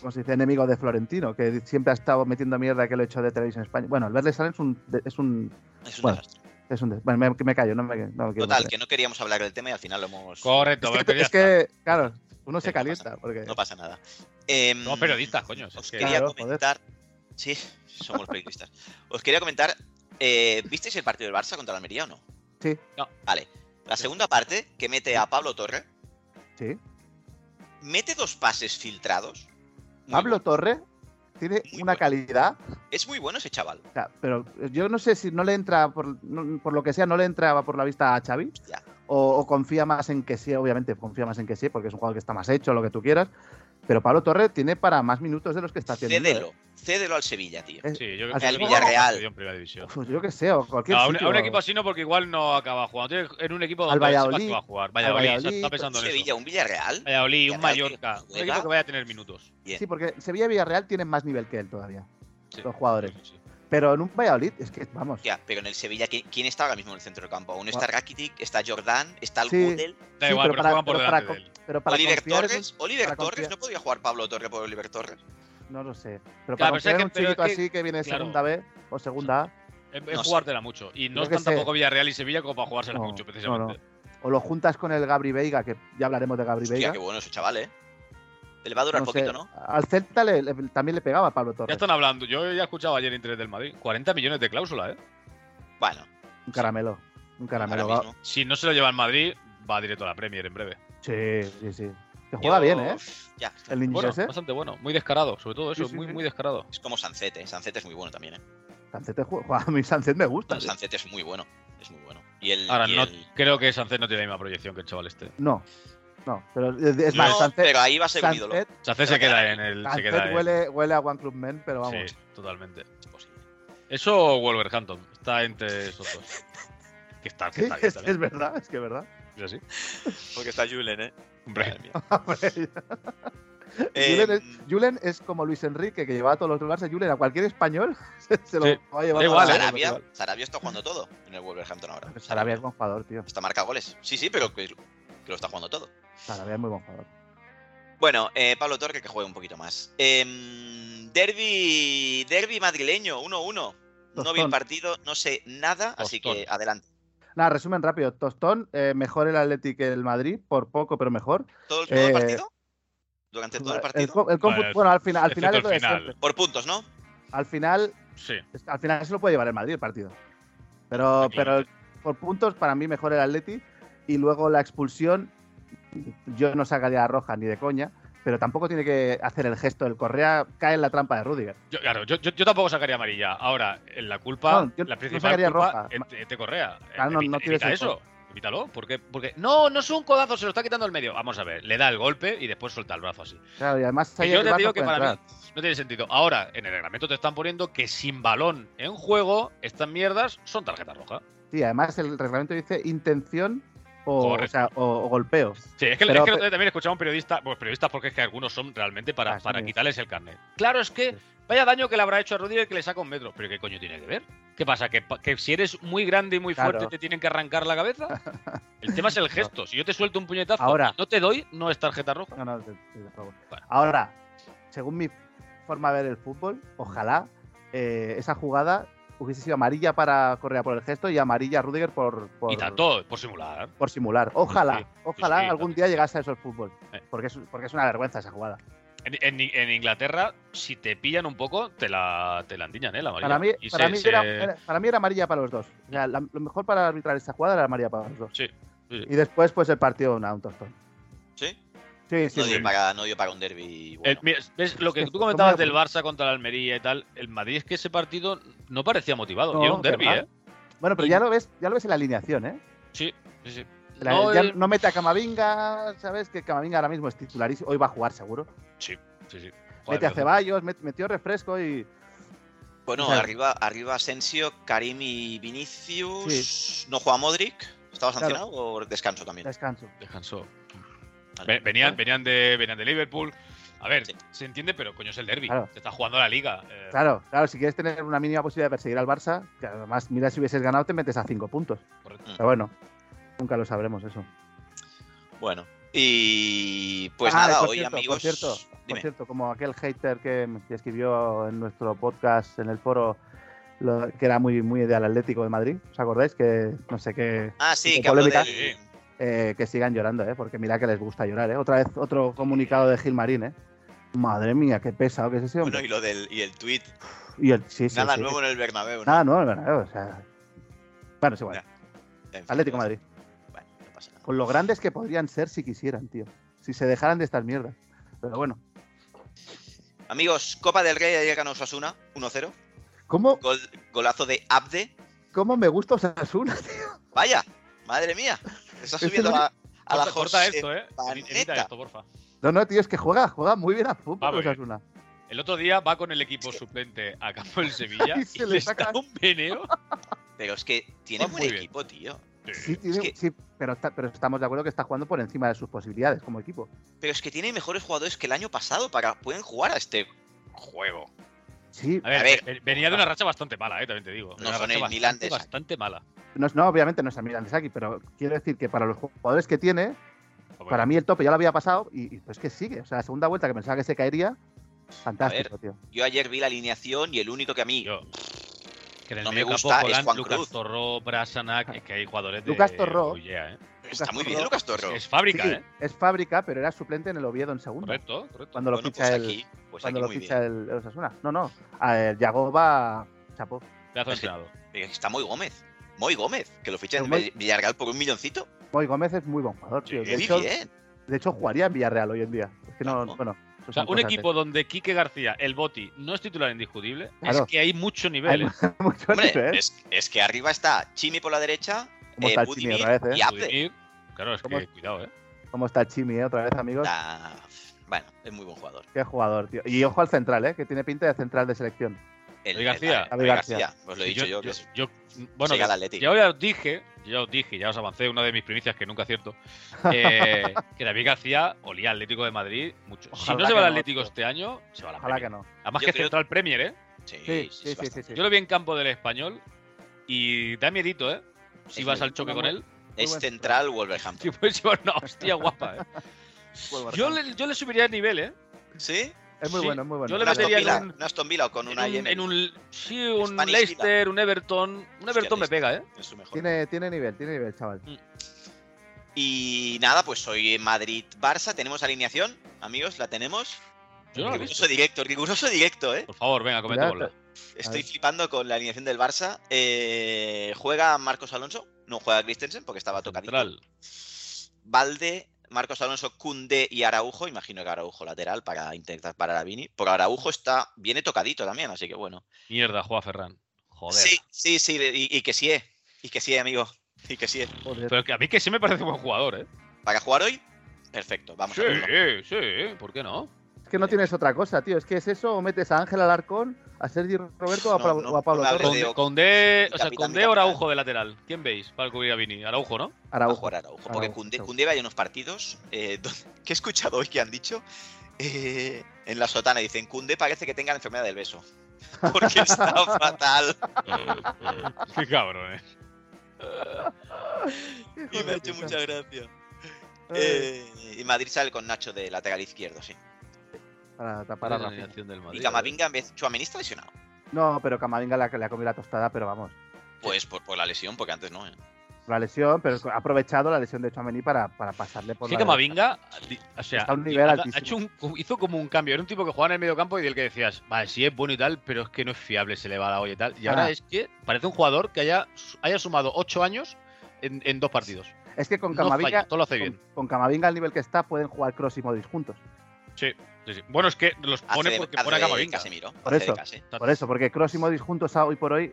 D: ¿cómo se dice?, enemigo de Florentino, que siempre ha estado metiendo mierda que lo he hecho de televisión española. Bueno, Albert Lesan es un. Es un,
A: Es un
D: Bueno,
A: desastre.
D: es un de- bueno, me, que me callo, no me, no me quiero
A: Total,
D: meter.
A: que no queríamos hablar del tema y al final lo hemos.
C: Correcto,
D: Es
C: pero
D: que,
C: ya
D: es que, claro, uno
A: Sí,
D: se
A: no pasa
D: calienta.
A: nada.
D: Porque,
A: No pasa nada. Eh,
C: Somos periodistas, coño, si
A: Os
C: es que-
A: Pues quería
D: Claro, joder.
A: comentar. Sí, somos periodistas. Os quería comentar. eh, ¿Visteis el partido del Barça contra el Almería o no?
D: Sí.
C: No.
A: Vale. La segunda parte, que mete a Pablo Torre,
D: sí.
A: mete dos pases filtrados. Muy
D: Pablo
A: bueno.
D: Torre tiene
A: Muy
D: una
A: bueno.
D: calidad.
A: Es muy bueno ese chaval.
D: o sea, pero eh, yo no sé si no le entra, por, no- por lo que sea, no le entraba por la vista a Xavi.
A: Hostia.
D: o, o confía más en que sí, obviamente confía más en que sí, porque es un jugador que está más hecho, lo que tú quieras. Pero Pablo Torre tiene para más minutos de los que está teniendo. ¿eh?
A: Cédelo. Cédelo al Sevilla, tío.
D: Es-
C: Sí, yo
D: al
C: yo creo que
A: Villarreal.
C: en primera división.
D: Uf, Pues yo qué sé, o cualquier
C: No, a, un,
D: sitio.
C: a un equipo así no, porque igual no acaba jugando. Tiene que- En un equipo
D: Al
C: donde sepas que
D: Valladolid,
C: va a jugar.
D: al
C: Valladolid,
D: Valladolid,
C: está
A: Un
C: pensando en
A: Sevilla,
C: eso.
A: un Villarreal.
C: Valladolid, un
A: Villarreal,
C: Mallorca.
A: tío,
C: Un equipo que vaya a tener minutos.
D: Sí, porque Sevilla y Villarreal tienen más nivel que él todavía,
C: Sí.
D: los jugadores.
C: Sí, sí, sí.
D: Pero en un Valladolid es que, vamos,
A: Hostia, pero en el Sevilla, ¿qui- ¿quién está ahora mismo en el centro del campo? Aún está
D: Guau.
A: Rakitic, está Jordán, está el
D: Ah. Sí.
A: Gudel,
C: Da
D: Sí,
C: igual,
D: pero
C: pero,
D: para-
C: juegan por
D: pero
C: delante
D: para
C: de él.
D: pero para
A: Oliver
D: confiar en-
A: Torres. Oliver
D: para
A: Torres,
D: confiar-
A: ¿no podía jugar Pablo Torre por Oliver Torres?
D: no lo sé. Pero
C: Claro,
D: para
C: pero es
D: confiar
C: que-
D: en un
C: pero es
D: chiquito
C: que-
D: así que viene
C: claro.
D: segunda B o segunda A,
C: Es,
A: No
C: es
A: sé.
C: jugártela mucho. Y no
D: Yo que
C: están
D: sé.
C: tampoco Villarreal y Sevilla como para jugársela
D: No,
C: mucho,
D: no,
C: precisamente.
D: o lo juntas con el Gabri Veiga, que ya hablaremos de Gabri
A: Hostia,
D: Veiga.
A: qué bueno ese chaval, ¿eh? Le va a durar
D: no sé,
A: poquito, ¿no?
D: Al Celta le- le- también le pegaba a Pablo
C: Ya
D: Torres,
C: están hablando. Yo ya escuchaba ayer en interés del Madrid. 40 millones de cláusula, ¿eh?
A: Bueno,
D: un caramelo. Un caramelo.
A: ahora
D: va-
A: mismo.
C: Si no se lo lleva el Madrid, va directo a la Premier en breve.
D: Sí, sí, sí. Que juega
A: Yo-
D: bien, ¿eh?
A: Ya, es que
D: El niño
C: Bueno,
D: ese.
C: bastante bueno. Muy descarado, sobre todo eso.
D: Sí, sí,
C: muy,
D: sí.
C: muy descarado.
A: es como Sancete. Sancete es muy bueno también, ¿eh?
D: Sancete juega- juega- A mí Sancet me gusta. tío.
A: Sancete es muy bueno. Es muy bueno. Y el.
C: Ahora,
A: y
C: no
A: el-
C: creo que Sancet no tiene la misma proyección que el chaval este.
D: No, no. Pero es es más,
A: No,
D: Sancet,
A: pero ahí va a ser un ídolo.
D: Sancet,
C: Sancet se queda en el. Se
D: Sancet
C: queda en-
D: huele, huele a One Club Men, pero vamos.
C: Sí, totalmente.
A: Es posible.
C: Eso o Wolverhampton. Está entre esos dos. Que está, que
D: Sí,
C: está bien
D: es,
C: también.
D: es verdad, es que es verdad.
C: Es así.
A: Porque está Julen, ¿eh?
C: Hombre,
A: Eh,
D: Julen, es,
A: mm.
D: Julen es como Luis Enrique, que llevaba a todos los del Barça. Julen, a cualquier español se, se lo
C: Sí,
D: va a llevar.
C: da igual,
D: a-
C: ¿eh?
A: Sarabia, Sarabia está jugando todo en el Wolverhampton ahora.
D: Sarabia es buen jugador, tío.
A: Está marca goles. Sí, sí, pero que, que lo está jugando todo.
D: Sarabia es muy buen jugador.
A: Bueno, eh, Pablo Torque que juegue un poquito más. Em, derby, derby madrileño, 1-1. No vi el
D: Tostón.
A: partido, no sé nada, así que
C: Tostón.
A: adelante.
D: Nada, resumen rápido. Tostón, eh, mejor el Atlético que el Madrid, por poco, pero mejor.
A: ¿Todo, el- todo el
D: Eh,
A: partido? ¿Durante todo el partido?
D: co- el Confu-
C: Vale,
D: bueno, al final, al
C: Pues, excepto
D: final
C: el
D: es lo de
C: final.
D: siempre.
A: Por puntos, ¿no?
D: Al final
C: sí.
D: Es que al final se lo puede llevar el Madrid el partido. Pero, pero
C: Tranquilamente.
D: por puntos, para mí mejor el Atleti. Y luego la expulsión, yo no sacaría a Roja ni de coña, pero tampoco tiene que hacer el gesto del Correa, cae en la trampa de Rudiger.
C: Yo, claro, yo, yo, yo tampoco sacaría amarilla. Ahora, en la culpa,
D: No, yo
C: la
D: no
C: principal
D: sacaría
C: culpa
D: roja.
C: es de- es de Correa. Eh,
D: Claro, no-
C: evita
D: no tienes
C: evita
D: el
C: eso. Evítalo. ¿Por qué? Porque no, no es un codazo, se lo está quitando el medio. Vamos a ver, le da el golpe y después suelta el brazo así.
D: Claro, y además
C: Que
D: ahí
C: yo
D: el
C: te
D: Barça
C: digo que
D: puede
C: para mí
D: entrar.
C: no tiene sentido. Ahora, en el reglamento te están poniendo que sin balón en juego, estas mierdas son tarjeta roja.
D: Sí, además el reglamento dice intención o,
C: Correcto.
D: o sea, o- o golpeo.
C: Sí, es que,
D: Pero-
C: es que el otro día también escuchaba a un periodista, pues periodistas porque es que algunos son realmente para,
D: Ah, sí,
C: para
D: sí.
C: quitarles el carnet. Claro, es que vaya daño que le habrá hecho a Rodríguez que le saca un metro. Pero ¿qué coño tiene que ver? ¿Qué pasa? ¿Que, pa- que si eres muy grande y muy fuerte
D: Claro.
C: te tienen que arrancar la cabeza? El tema es el gesto. Si yo te suelto un puñetazo
D: Ahora.
C: y no te doy, no es tarjeta roja.
D: No, no, de- de- de favor.
C: Bueno.
D: Ahora, según mi forma de ver el fútbol, ojalá eh, esa jugada hubiese sido amarilla para Correa por el gesto y amarilla a Rudiger por, por,
C: Y tanto, por simular. ¿eh?
D: por simular. Ojalá,
C: Sí,
D: ojalá
C: sí,
D: algún
C: sí.
D: día llegase a eso el fútbol.
C: Eh.
D: Porque es, porque es una vergüenza esa jugada.
C: En, en- en Inglaterra, si te pillan un poco, te la, te la endiñan, ¿eh? La amarilla.
D: Para mí,
C: Y
D: para,
C: se-
D: mí
C: se-
D: era, era- para mí era amarilla para los dos. O sea, la- lo mejor para arbitrar esa jugada era amarilla para los dos.
C: Sí, sí, sí.
D: Y después, pues el partido una, un tostón.
A: Sí.
D: Sí, sí,
A: No
D: sí.
A: dio, para, no dio para un derby.
C: El-
A: Bueno.
C: mira, ¿Ves? Lo que
D: Es que
C: tú comentabas
D: fue
C: del
D: muy
C: Barça contra el Almería y tal, el Madrid es que ese partido no parecía motivado.
D: No,
C: y era un derby,
D: ¿verdad?
C: ¿eh?
D: Bueno, pero ya lo ves, ya lo ves en la alineación, ¿eh?
C: Sí, sí, sí.
D: La-
C: No,
D: ya
C: el-
D: no mete a Camavinga, ¿sabes? Que Camavinga ahora mismo es titularísimo. Hoy va a jugar seguro.
C: Sí, sí. Joder,
D: Mete a
C: pero-
D: Ceballos, met- metió refresco y.
A: Bueno,
D: Claro.
A: arriba, arriba Asensio, Karim y Vinicius. No juega Modric. ¿Estaba
D: Claro.
A: sancionado o descanso también?
D: Descanso.
C: Descansó.
A: Vale.
C: Ve- Venían, venían, de, venían de Liverpool. A ver,
A: Sí.
C: se entiende, pero coño, es el derby.
D: Claro.
C: Se está jugando la liga. eh,
D: Claro, claro, si quieres tener una mínima posibilidad de perseguir al Barça, que además, mira, si hubieses ganado, te metes a cinco puntos.
C: correcto.
D: Pero bueno, nunca lo sabremos eso.
A: Bueno, y pues
D: Ah,
A: nada,
D: por
A: hoy
D: cierto,
A: amigos.
D: Por cierto, por
A: dime.
D: cierto, como aquel hater que me- que escribió en nuestro podcast, en el foro, lo- que era muy, muy del Atlético de Madrid, ¿os acordáis? Que no sé qué.
A: ah, sí,
D: tipo
A: que habló
D: polémica.
A: del-
D: eh, que sigan llorando, ¿eh? Porque mira que les gusta llorar, ¿eh? Otra vez otro comunicado de Gilmarín, ¿eh? Madre mía, qué pesado que es ese
A: Bueno,
D: hombre.
A: y lo del y el tweet.
D: y el, sí, sí,
A: nada
D: sí.
A: nuevo en el Bernabéu, ¿no?
D: Nada, no, no, no, o sea... Bueno, es igual.
A: Ya. En fin,
D: Atlético
A: pues,
D: Madrid.
A: Bueno, no pasa nada.
D: Con lo grandes que podrían ser si quisieran, tío. Si se dejaran de estas mierdas. Pero bueno.
A: Amigos, Copa del Rey ayer ganó Osasuna 1-0.
D: ¿Cómo,
A: Gol- golazo de Abde.
D: cómo me gusta Osasuna, tío?
A: Vaya, madre mía. Está
D: Este
A: subiendo
D: no-
A: a, a la
C: Corta- corta
A: José.
C: esto, eh. Evi- Evita
A: Paneta.
C: esto, porfa.
D: No, no, tío, es que juega, juega muy bien a fútbol
C: Va muy bien.
D: Osasuna.
C: El otro día va con el equipo suplente a campo del Sevilla
D: Y
C: y,
D: se le
C: le
D: saca-
C: está un veneo.
A: Pero es que tiene
C: Va
A: buen
C: eh. muy bien.
A: equipo, tío.
D: Sí,
C: Sí,
D: tiene-
A: que-
D: sí, pero, está- pero estamos de acuerdo que está jugando por encima de sus posibilidades como equipo.
A: Pero es que tiene mejores jugadores que el año pasado para pueden jugar a este juego.
D: Sí,
C: A ver,
A: A ver.
C: ve- venía de una racha bastante mala, eh, también te digo.
A: No
C: Una
A: son
C: racha
A: el
C: bastante,
A: Milan de Saki.
C: bastante mala.
D: no, es- no, obviamente no es Milan de Saki, pero quiero decir que para los jugadores que tiene,
C: Bueno,
D: para mí el tope ya lo había pasado y, y pues que sigue. O sea, la segunda vuelta que pensaba que se caería, fantástico, tío.
A: Yo ayer vi la alineación y el único que a mí.
C: yo- que en el
A: no me
C: medio campo,
A: gusta es
C: Haaland,
A: Juan
C: Lucas
A: Cruz.
C: Torró, Brasanac, es que hay jugadores de
D: Lucas Torró.
C: bullea, eh.
A: está muy
D: Torró.
A: bien Lucas Torro.
C: Es fábrica,
D: Sí,
C: eh.
D: Es fábrica, pero era suplente en el Oviedo en segunda.
C: Correcto, correcto.
D: Cuando lo
A: Bueno,
D: ficha
A: pues
D: el.
A: aquí, pues
D: cuando
A: aquí
D: lo
A: muy
D: ficha el, el Osasuna. No, no. A ver, Yagoba, chapó.
C: Pedazo de
A: Es que-
C: entrenador.
A: bien. Está Moy Gómez. Moy Gómez, que lo ficha en
D: Pero Moy-
A: Villarreal por un milloncito.
D: Moy Gómez es muy buen jugador, tío.
C: Sí,
D: de,
A: Muy
D: hecho,
A: bien.
D: de hecho, jugaría en Villarreal hoy en día. Es que no,
A: Claro.
D: bueno. eso
C: O sea,
D: son
C: un
D: cosas de-
C: equipo donde Quique García, el Boti, no es titular indiscutible,
D: Claro.
C: es que hay mucho nivel.
D: Hay
C: ¿eh?
D: mucho nivel,
A: Hombre,
D: ¿eh?
A: es, es que arriba está Chimi por la derecha,
D: ¿Cómo
A: eh,
D: está el
A: Budimir
D: Chimi otra vez, eh?
A: y Abde.
C: Budimir, Claro, es
D: ¿Cómo
C: que cuidado, eh.
D: ¿Cómo está Chimi, eh? Otra vez, amigos.
A: Está- Bueno, es muy buen jugador.
D: Qué jugador, tío. Y ojo al central, ¿eh? Que tiene pinta de central de selección.
A: El,
C: David García.
A: David García. Os lo he
C: Sí,
A: dicho yo, que es-
C: yo- bueno,
A: siga
C: que-
A: al Atleti.
C: ya os dije, ya os dije, ya os avancé una de mis primicias que nunca acierto, eh, que David García olía al Atlético de Madrid mucho.
D: Ojalá
C: si no se va
D: que
C: al
D: no,
C: Atlético
D: tío.
C: este año, se va a la
D: Ojalá
C: Premier.
D: que no.
C: Además
A: Yo
C: que
A: creo-
C: central Premier, ¿eh.
A: Sí, sí,
D: Sí, sí,
A: es
D: sí, sí.
A: bastante.
D: sí.
C: Yo lo vi en campo del español y da miedito, ¿eh? Si
A: Es
C: vas
A: muy-
C: al choque con él,
D: Muy
A: Es
D: buen
A: central
C: te
A: Wolverhampton.
C: puedes llevar una hostia guapa, ¿eh? Yo le, yo le subiría el nivel, ¿eh.
A: ¿Sí,
D: Es muy
C: sí,
D: bueno, es muy bueno.
C: yo le
A: un Aston
C: metería en
A: Villa-
C: un-
A: un Aston Villa o con un
C: en, un, en un- sí, un
A: Spanish Villa.
C: Leicester, un Everton. Un Everton me
A: Leicester.
C: pega, ¿eh?
A: en su mejor.
D: Tiene, tiene nivel, tiene nivel, chaval.
A: Y nada, pues hoy en Madrid-Barça tenemos alineación, amigos, la tenemos.
C: Yo no lo he
A: riguroso
C: visto.
A: directo, riguroso directo, ¿eh?
C: Por favor, venga, eh. comenta
D: Ya,
C: bola.
A: Estoy
D: ver.
A: flipando con la alineación del Barça. Eh, juega Marcos Alonso, no juega Christensen porque estaba tocadito.
C: Central.
A: Valde, Marcos Alonso, Cunde y Araujo. Imagino que Araujo lateral para intentar parar a Vini. Por Araujo está, viene tocadito también, así que bueno.
C: Mierda, juega Ferran. Joder.
A: Sí, sí, sí, y, y que sí es. Y que sí, amigo. Y que sí es.
D: Joder.
C: Pero que a mí que sí me parece buen jugador, ¿eh?
A: Para jugar hoy, perfecto. Vamos a verlo.
C: Sí, sí, ¿por qué no?
D: Es que no tienes otra cosa, tío. Es que es eso, o metes a Ángel Alarcón, a Sergi Roberto o a,
A: No,
D: Pablo-
A: no,
D: o a Pablo
A: no me hables
D: Torres.
A: de-
C: Conde, Conde-
A: mi
C: o sea,
A: capitán, mi
C: Conde o
A: capitán.
C: Araujo de lateral. ¿Quién veis para cubrir a Vini? Araujo, ¿no?
A: Va a
D: Araujo.
A: jugar Araujo. Porque
D: Araujo,
A: Cunde,
D: seguro.
A: hay unos partidos eh, donde- que he escuchado hoy que han dicho eh, en la sotana. Dicen, Cunde parece que tenga la enfermedad del beso. Porque está fatal.
C: qué cabrón, ¿eh?
A: Y me ha hecho mucha gracia. Eh, y Madrid sale con Nacho de lateral izquierdo, sí.
D: Para tapar a
C: Para la
D: Rafinha.
C: alineación del Madrid.
A: Y Camavinga en vez. Chuamení está lesionado.
D: No, pero Camavinga le ha- le ha comido la tostada, pero vamos.
A: Pues por, por la lesión, porque antes no. ¿eh?
D: La lesión, pero ha aprovechado la lesión de Chouameni para, para pasarle por
C: Sí,
D: Pues la
C: Camavinga, o sea,
D: Está a un nivel
C: ha-
D: altísimo.
C: ha hecho un- hizo como un cambio. Era un tipo que jugaba en el medio campo y del que decías, vale, sí es bueno y tal, pero es que no es fiable, se le va la olla y tal. Y
D: Ah.
C: ahora es que parece un jugador que haya, haya sumado 8 años en, en dos partidos.
D: Es que con
C: No
D: Camavinga,
C: falla, todo lo hace
D: con,
C: bien.
D: con Camavinga al nivel que está, pueden jugar Cross y Modric juntos.
C: Sí, sí. Bueno, es que los
A: Hace
C: pone
A: de-
C: porque
A: hace
C: pone a
A: de
C: Camavinga.
A: Casemiro.
D: Por
A: hace de
D: eso.
A: Case.
D: Por eso, porque Cross y Modric juntos a- hoy por hoy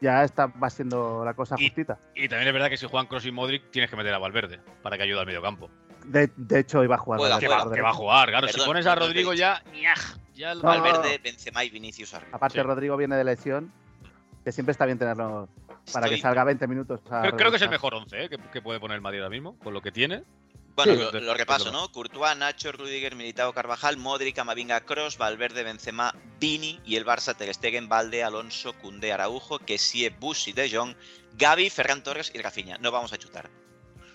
D: ya está, va siendo la cosa
C: Y-
D: justita.
C: Y también es verdad que si juegan Cross y Modric, tienes que meter a Valverde para que ayude al mediocampo.
D: De, de hecho, iba a jugar.
A: Juega,
C: Que
D: Valverde
A: juega,
C: va,
D: por
C: que
D: derecha.
C: va a jugar, claro. si
A: Ah, Perdón,
C: pones a
A: perdón,
C: Rodrigo
A: te he
C: ya. ñaj, ya el-
D: No, no,
A: Valverde, Benzema y Vinicius arriba.
D: Aparte,
C: Sí.
D: Rodrigo viene de lesión, que siempre está bien tenerlo para
A: Estoy-
D: que salga 20 minutos. a
C: Creo, creo que es el
D: revisar.
C: mejor 11 que, que puede poner el Madrid ahora mismo, con lo que tiene.
A: Bueno,
C: Sí,
A: lo,
C: de-
A: lo repaso, ¿no? Courtois, Nacho, Rudiger, Militao, Carvajal, Modric, Camavinga, Cross, Valverde, Benzema, Vini y el Barça, Ter Stegen, Valde, Alonso, Cundé, Araujo, Kessie, Busi, De Jong, Gaby, Ferran Torres y Rafinha. No vamos a chutar.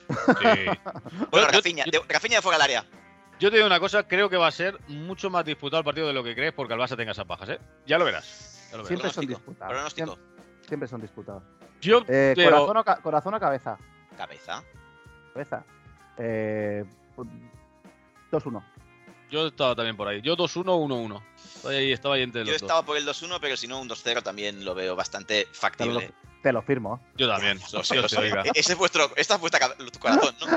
C: Sí.
A: Bueno,
C: Yo- yo-
A: Rafinha, de, Rafinha de fuera del área.
C: Yo te digo una cosa, creo que va a ser mucho más disputado el partido de lo que crees porque el Barça tenga esas pajas, ¿eh? Ya lo verás. ya lo verás.
D: Siempre son
A: Pronóstico,
D: disputados.
A: Pronóstico.
D: Siempre, siempre son disputados.
C: Yo
D: Eh,
C: creo-
D: corazón, o ca- corazón o cabeza.
A: Cabeza.
D: Cabeza. Eh, pu- 2-1.
C: Yo estaba también por ahí. Yo 2-1, 1-1. Estoy ahí, estaba ahí entre los
A: Yo
C: dos.
A: estaba por el 2-1, pero si no, un 2-0 también lo veo bastante
D: Te lo,
A: factible.
D: te lo firmo.
C: Yo también.
A: Lo sé, lo
C: Dios te
A: sé.
C: oiga.
A: Ese es vuestro, esta es vuestra ca- tu corazón, ¿no?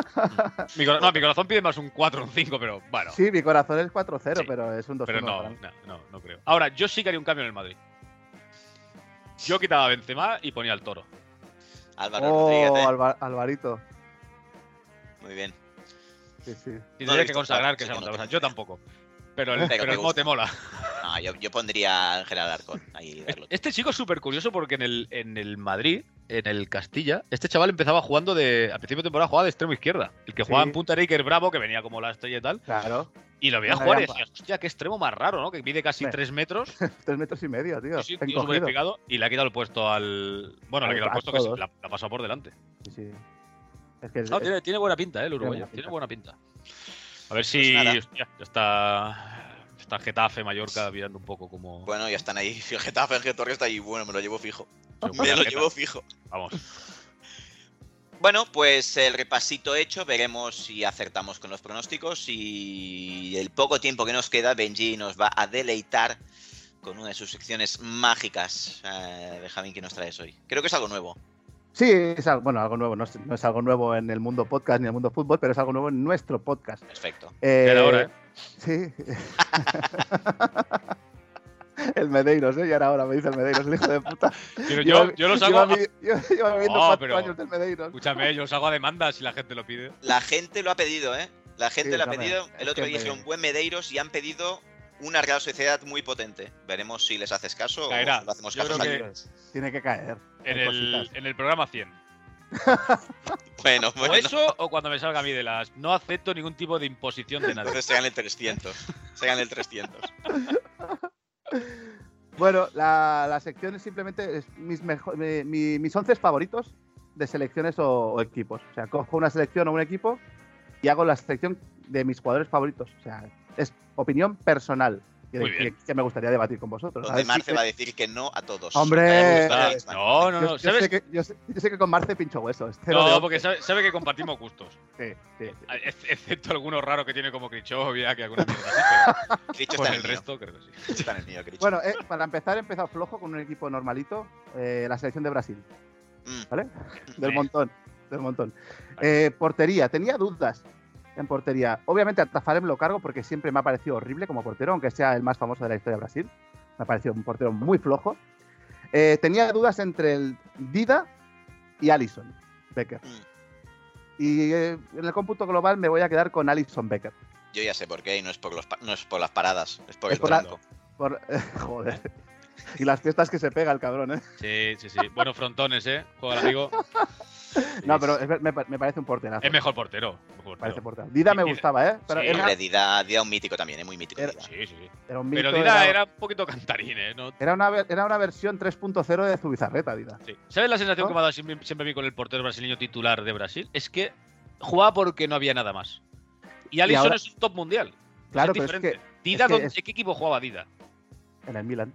C: Mi cora- no, mi corazón pide más un 4 un 5, pero bueno.
D: Sí, mi corazón es 4-0,
C: Sí.
D: pero es un 2-1.
C: pero
D: para
C: no,
D: mí.
C: no, no, no creo. Ahora, yo sí que haría un cambio en el Madrid. Yo quitaba a Benzema y ponía al toro.
A: Álvaro
D: Oh,
A: Rodríguez. ¿eh?
D: Alva- Alvarito.
A: Muy bien.
D: Sí, sí.
C: Y
A: No lo he
C: tendría que
A: visto,
C: consagrar
A: claro,
C: que
A: sí,
C: sea
A: bueno,
C: otra cosa.
A: te-
C: Yo tampoco. Pero el,
A: Pero
C: pero
A: te
C: el mote
A: gusta.
C: mola.
A: No, yo, yo pondría a Ángel Alarcón. Ahí, darlo.
C: Este chico es súper curioso porque en el, en el Madrid, en el Castilla, este chaval empezaba jugando de. A principio de temporada jugaba de extremo izquierda. El que
D: Sí.
C: jugaba en Punta Rica, el Bravo, que venía como la estrella y tal.
D: Claro.
C: Y lo veía
D: Una
C: jugar y
D: gamba.
C: decía, hostia, qué extremo más raro, ¿no? Que mide casi
D: Hombre.
C: 3 metros.
D: Tres metros y medio, tío.
C: Sí, sí,
D: Está
C: tío, súper
D: encogido.
C: pegado, y le ha quitado el puesto al. Bueno, le ha
D: Al-
C: quitado el
D: a
C: puesto que se-
D: todos.
C: la, la ha pasado por delante.
D: Sí, sí. Es que es-
C: No, tiene, tiene buena pinta, ¿eh? El uruguayo.
D: buena
C: Tiene
D: pinta.
C: buena pinta. Pues A ver si.
A: nada.
C: hostia, ya está. Está Getafe, Mallorca, mirando un poco como.
A: Bueno, ya están ahí. El Getafe, Ángel Torres está ahí. Bueno, me lo llevo fijo.
C: según
A: Me
C: la
A: lo
C: Geta.
A: llevo fijo.
D: Eh,
C: Vamos.
A: Bueno, pues el repasito hecho, veremos si acertamos con los pronósticos y el poco tiempo que nos queda, Benji nos va a deleitar con una de sus secciones mágicas. Eh, Benjamín, ¿qué nos traes hoy? Creo que es algo nuevo.
D: Sí, es algo, bueno, algo nuevo. No es, no es algo nuevo en el mundo podcast ni en el mundo fútbol, pero es algo nuevo en nuestro podcast.
A: Perfecto.
D: Eh,
C: era hora, ¿eh?
D: Sí. el Medeiros, ¿eh? Y ahora ahora me dice el Medeiros, el hijo de puta.
C: Pero yo,
D: Lleva-
C: yo los hago.
D: lleva vi- Yo llevo viendo
C: No,
D: cuatro
C: pero-
D: años del Medeiros.
C: Escúchame, yo los hago a demanda si la gente lo pide.
A: La gente lo ha pedido, ¿eh? La gente
D: Sí,
A: lo ha
D: dame,
A: pedido.
D: es
A: El otro
D: que
A: día
D: me-
A: dijeron buen Medeiros y han pedido una Real Sociedad muy potente. Veremos si les haces caso
C: Caerá.
A: o le hacemos
C: Yo
A: caso.
C: creo
A: a-
D: Tiene que caer.
C: pues En
D: Hay
C: el,
D: cositas.
C: en el programa 100.
A: Bueno,
C: O
A: bueno.
C: eso, o cuando me salga a mí de las. No acepto ningún tipo de imposición de nadie.
A: Entonces se gana el 300. Se gana el 300.
D: Bueno, la, la sección es simplemente es mis, mejo- mi- mi- mis 11 favoritos de selecciones o, o equipos. O sea, cojo una selección o un equipo y hago la selección de mis jugadores favoritos. O sea, es opinión personal que,
C: Muy bien.
D: que- que me gustaría debatir con vosotros. A
A: Donde
D: ver si-
A: Marce va a decir que no a todos.
D: eh. ¡Hombre!
A: Me gusta
C: Ah,
A: Griezmann.
C: No, no,
D: yo-
C: no.
D: yo, sé
C: ¿Sabes?
D: que, yo, sé, yo sé que con Marce pincho hueso. este es cero de
C: No,
D: once.
C: porque sabe, sabe que compartimos gustos. Ah,
D: Sí, sí, sí.
C: Ex- Excepto algunos raros que tiene como Krichovia, que alguna mierda así,
A: Cricho está
C: pero por
A: en
C: el
A: el mío.
C: resto creo que sí.
A: Cricho está en el mío, Cricho.
D: Bueno, eh, para empezar he empezado flojo con un equipo normalito, eh, la selección de Brasil.
A: Mm.
D: Del
C: Sí.
D: montón, del montón. Eh, portería, tenía dudas en portería. Obviamente a Tafarem lo cargo porque siempre me ha parecido horrible como portero, aunque sea el más famoso de la historia de Brasil. Me ha parecido un portero muy flojo. Eh, tenía dudas entre el Dida y Alison Becker.
A: Mm.
D: Y eh, en el cómputo global me voy a quedar con Alison Becker.
A: Yo ya sé por qué, y no es por, los pa- no es por las paradas, es por
D: Es
A: el
D: por la-
A: tronco.
D: Por, joder. Y las fiestas que se pega el cabrón, ¿eh?
C: Sí, sí, sí. Buenos frontones, ¿eh? Juega el amigo.
D: No, pero es ver- me, pa- me parece un porterazo.
C: Es mejor portero. mejor portero.
D: Parece portero. Dida me
C: Dida-
D: gustaba, ¿eh? Pero
C: sí,
D: era,
A: Hombre, Dida, Dida un mítico también, es muy mítico.
D: Era-
A: Dida.
C: Sí, sí, sí.
D: era un
C: Pero
D: mito,
C: Dida era un poquito cantarín, ¿eh? No-
D: Era una, ver- era una versión 3.0 de Zubizarreta, Dida.
C: sí. ¿Sabes la sensación
D: ¿No?
C: que me ha dado siempre, siempre a mí con el portero brasileño titular de Brasil? Es que jugaba porque no había nada más. Y Alisson
D: ahora-
C: es un top mundial.
D: Claro,
C: es
D: pero es que
C: diferente. Dida,
D: es que
C: ¿dónde-
D: es-
C: ¿en qué equipo jugaba Dida?
D: en el Milan,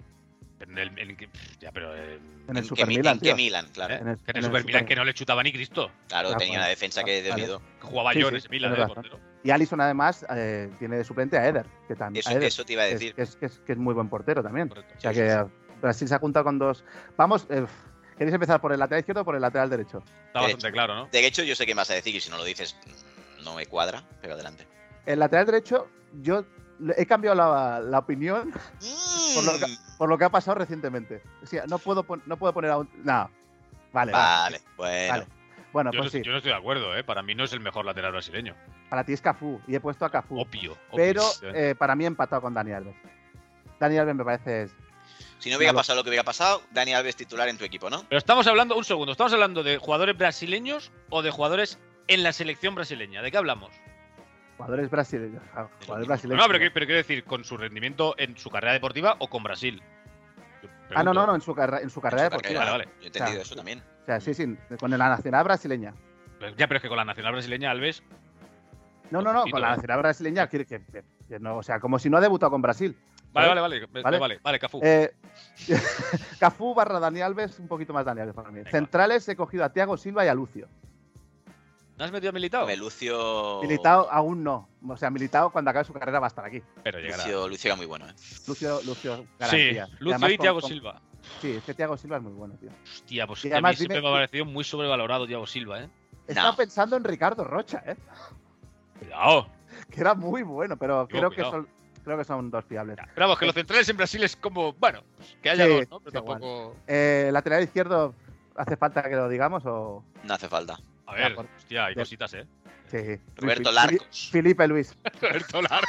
C: En el, en el- ya, pero. eh,
D: en
A: ¿En
D: el
A: qué
D: Super
A: mi-
D: Milan,
A: en qué
D: tío.
A: Milan, claro.
C: ¿eh?
D: en el-
C: que en el
D: en el
C: Super Milan
D: Super-
C: que no le chutaba ni Cristo.
A: Claro,
D: Ah,
A: tenía
D: bueno.
A: una defensa que de
D: Vale.
A: miedo.
C: Que jugaba
D: Sí,
C: yo en
D: sí,
C: ese Milan,
D: tienes
C: eh,
D: razón.
C: portero.
D: Y Alison, además, eh, tiene de suplente a Eder, que también.
A: Eso,
D: a Eder,
A: eso te iba a
D: que es-
A: decir.
D: que, es, que, es, que es muy buen portero también.
C: Correcto.
D: O sea
C: Sí, sí,
D: que Brasil se ha juntado con dos. Vamos, eh, ¿queréis empezar por el lateral izquierdo o por el lateral derecho?
C: sí. Está bastante claro, ¿no?
A: De hecho, yo sé qué me vas a decir y si no lo dices, mm, no me cuadra, pero adelante.
D: El lateral derecho, yo le- he cambiado la, la opinión Por lo, que,
A: Mm,
D: por lo que ha pasado recientemente. O sea, no puedo, pon- no puedo poner a un. Nada. Vale.
A: Vale, bueno.
D: vale. Bueno,
C: Yo,
D: pues
C: no,
D: sí.
C: yo no estoy de acuerdo, ¿eh? Para mí no es el mejor lateral brasileño.
D: Para ti es Cafú. Y he puesto a Cafú.
C: Opio.
D: pero eh, para mí he empatado con Dani Alves. Dani Alves me parece.
A: Si no hubiera
D: Malo.
A: pasado lo que hubiera pasado, Dani Alves titular en tu equipo, ¿no?
C: Pero estamos hablando, un segundo, ¿estamos hablando de jugadores brasileños o de jugadores en la selección brasileña? ¿De qué hablamos?
D: Jugadores brasileños. claro, Jugadores
C: No,
D: brasileños.
C: no, pero, que- pero quiero decir, ¿con su rendimiento en su carrera deportiva o con Brasil? Yo
D: Ah, no,
C: pregunto.
D: no, no, en su, carrera en su carrera
A: En su
D: deportiva.
A: carrera.
C: Vale,
A: Yo he entendido
D: Claro.
A: eso también.
D: pues O sea, sí, sí, con la nacional brasileña.
C: Pero- Ya, pero es que con la nacional brasileña, Alves,
D: No, no, no,
C: Poquito,
D: con la
C: ¿eh?
D: nacional brasileña. quiere Que, que- que no, o sea, como si no ha debutado con Brasil.
C: Vale,
D: ¿Vale?
C: vale, vale. Vale,
D: Vale.
C: vale, Cafú.
D: Eh, Cafú barra Dani Alves, un poquito más Dani Alves para mí.
C: Venga.
D: Centrales he cogido a Tiago Silva y a Lucio.
C: ¿No has metido a Militao?
A: Hombre,
D: Oh.
A: Lucio...
D: Militao aún no. O sea, Militao cuando acabe su carrera va a estar aquí.
C: Pero llegará.
A: Lucio, Lucio era muy bueno, ¿eh?
D: Lucio, Lucio,
C: sí,
D: garantía.
C: Lucio
D: además
C: y
D: con-
C: Thiago
D: con-
C: Silva.
D: Sí, es que Tiago Silva es muy bueno, tío.
C: Hostia, pues que
D: Y
C: a mí
D: además
C: siempre
D: dime-
C: me ha parecido muy sobrevalorado Thiago Silva, ¿eh?
D: Estaba
A: No.
D: pensando en Ricardo Rocha, ¿eh?
C: Cuidado.
D: Que era muy bueno, pero creo que,
C: cuidado.
D: son, creo que son dos fiables.
C: Pero vamos, que los centrales en Brasil es como, bueno, pues que haya
D: Sí,
C: dos, ¿no? Pero
D: sí, igual.
C: tampoco.
D: Eh, lateral izquierdo, ¿hace falta que lo digamos o...?
A: No hace falta.
C: A ver,
D: por-
C: hostia, hay
D: de-
C: cositas, ¿eh?
D: Sí.
A: Roberto
D: Fili-
A: Larcos.
D: Felipe Luis.
C: Roberto Largo.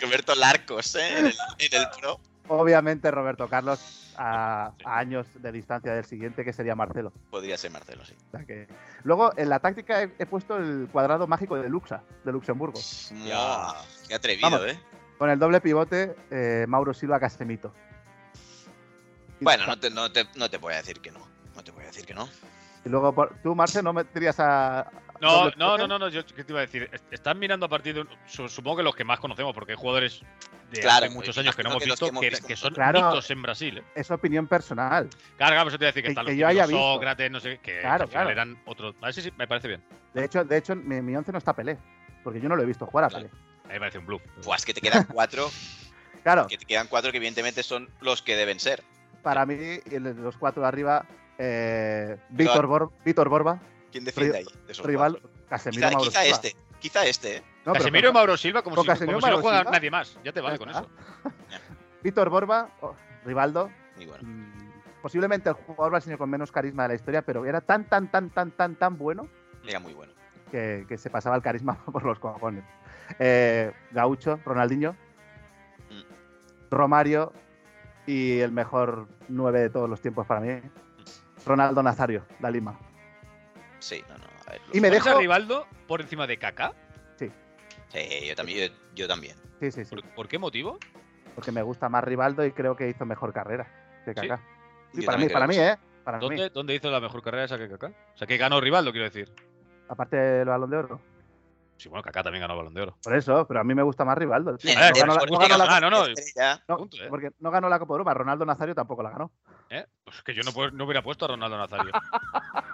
A: Roberto Larcos, ¿eh? En el, en el pro.
D: Obviamente Roberto Carlos a, a años de distancia del siguiente, que sería Marcelo.
A: Podría ser Marcelo, sí.
D: O sea que- Luego, en la táctica he, he puesto el cuadrado mágico de Luxa, de Luxemburgo.
A: Ya. Qué atrevido,
D: Vamos.
A: ¿eh?
D: Con el doble pivote, eh, Mauro Silva Casemito.
A: Bueno, no te, no, te, no te voy a decir que no. No te voy a decir que no.
D: Y luego, por- tú, Marce, no meterías a...
C: No,
D: doble
C: no,
D: pivote?
C: no, no, no, yo ¿qué te iba a decir. Est- Están mirando a partir de. un- su- Supongo que los que más conocemos, porque hay jugadores de
A: Claro,
C: hace muchos
A: imagino
C: años que no
A: que
C: hemos
A: los que
C: visto
A: hemos
C: que,
A: visto.
C: que son
D: Claro.
C: mitos en Brasil, ¿eh?
D: Es opinión personal.
C: Claro, claro, eso te iba a decir que,
D: Que-
C: están los
D: que yo haya
C: típicos
D: visto.
C: Sócrates, no sé qué, que
D: Claro,
C: al final
D: claro.
C: eran otros. Vale, sí, sí, me parece bien.
D: De hecho, de hecho mi, mi once no está Pelé, porque yo no lo he visto jugar a
A: Claro.
D: Pelé.
C: A mí me parece un bluff.
A: Buah, es que te quedan cuatro.
D: Claro,
A: que te quedan cuatro que evidentemente son los que deben ser.
D: para mí, el- los cuatro de arriba, eh, Víctor, Bor- Víctor Borba,
A: ¿Quién defiende ahí? de esos
D: rival
A: cuatro?
D: Casemiro
A: Quizá,
D: Mauro
A: quizá
D: Silva.
A: este. Quizá este, ¿eh?
D: No, pero
C: Casemiro y
D: con-
C: Mauro Silva como
D: con
C: si,
D: Casemiro
C: como
D: y
C: si no
D: Mauro
C: juega
D: Silva.
C: nadie más. Ya te vale
D: Ya
C: con
D: está.
C: eso.
D: Víctor Borba, oh, Rivaldo,
A: Muy bueno.
D: mm, posiblemente el jugador brasileño con menos carisma de la historia, pero era tan, tan, tan, tan, tan, tan bueno
A: Era muy bueno.
D: que, que se pasaba el carisma por los cojones. Eh, Gaucho, Ronaldinho,
C: Mm.
D: Romario y el mejor nueve de todos los tiempos para mí, Ronaldo Nazario, da Lima.
A: Sí, no, no. A ver,
D: Y me
A: los-
C: ¿Pones a
D: dejo-
C: Rivaldo por encima de Kaká?
A: Sí, yo también. Yo, yo también.
D: Sí, sí, sí.
C: ¿Por, por qué motivo?
D: porque me gusta más Rivaldo y creo que hizo mejor carrera que
C: Sí.
D: Kaká. Sí,
A: Yo
D: para mí,
A: también
D: para mí,
A: creo
D: ¿eh? Para mí.
C: ¿Dónde, dónde hizo la mejor carrera esa que Kaká? O sea, que ganó Rivaldo, quiero decir.
D: Aparte del balón de oro.
C: Sí, bueno, Kaká también ganó Balón de Oro.
D: Por eso, pero a mí me gusta más Rivaldo. tío.
A: Eh,
D: No
C: a ver,
D: ganó la-
A: por-
D: no ganó la-
C: Ah, no, no.
A: Estrella,
D: no,
C: punto, eh.
D: Porque no ganó la Copa Europa, Ronaldo Nazario tampoco la ganó.
C: ¿Eh? Pues que yo no, puedo- no hubiera puesto a Ronaldo Nazario.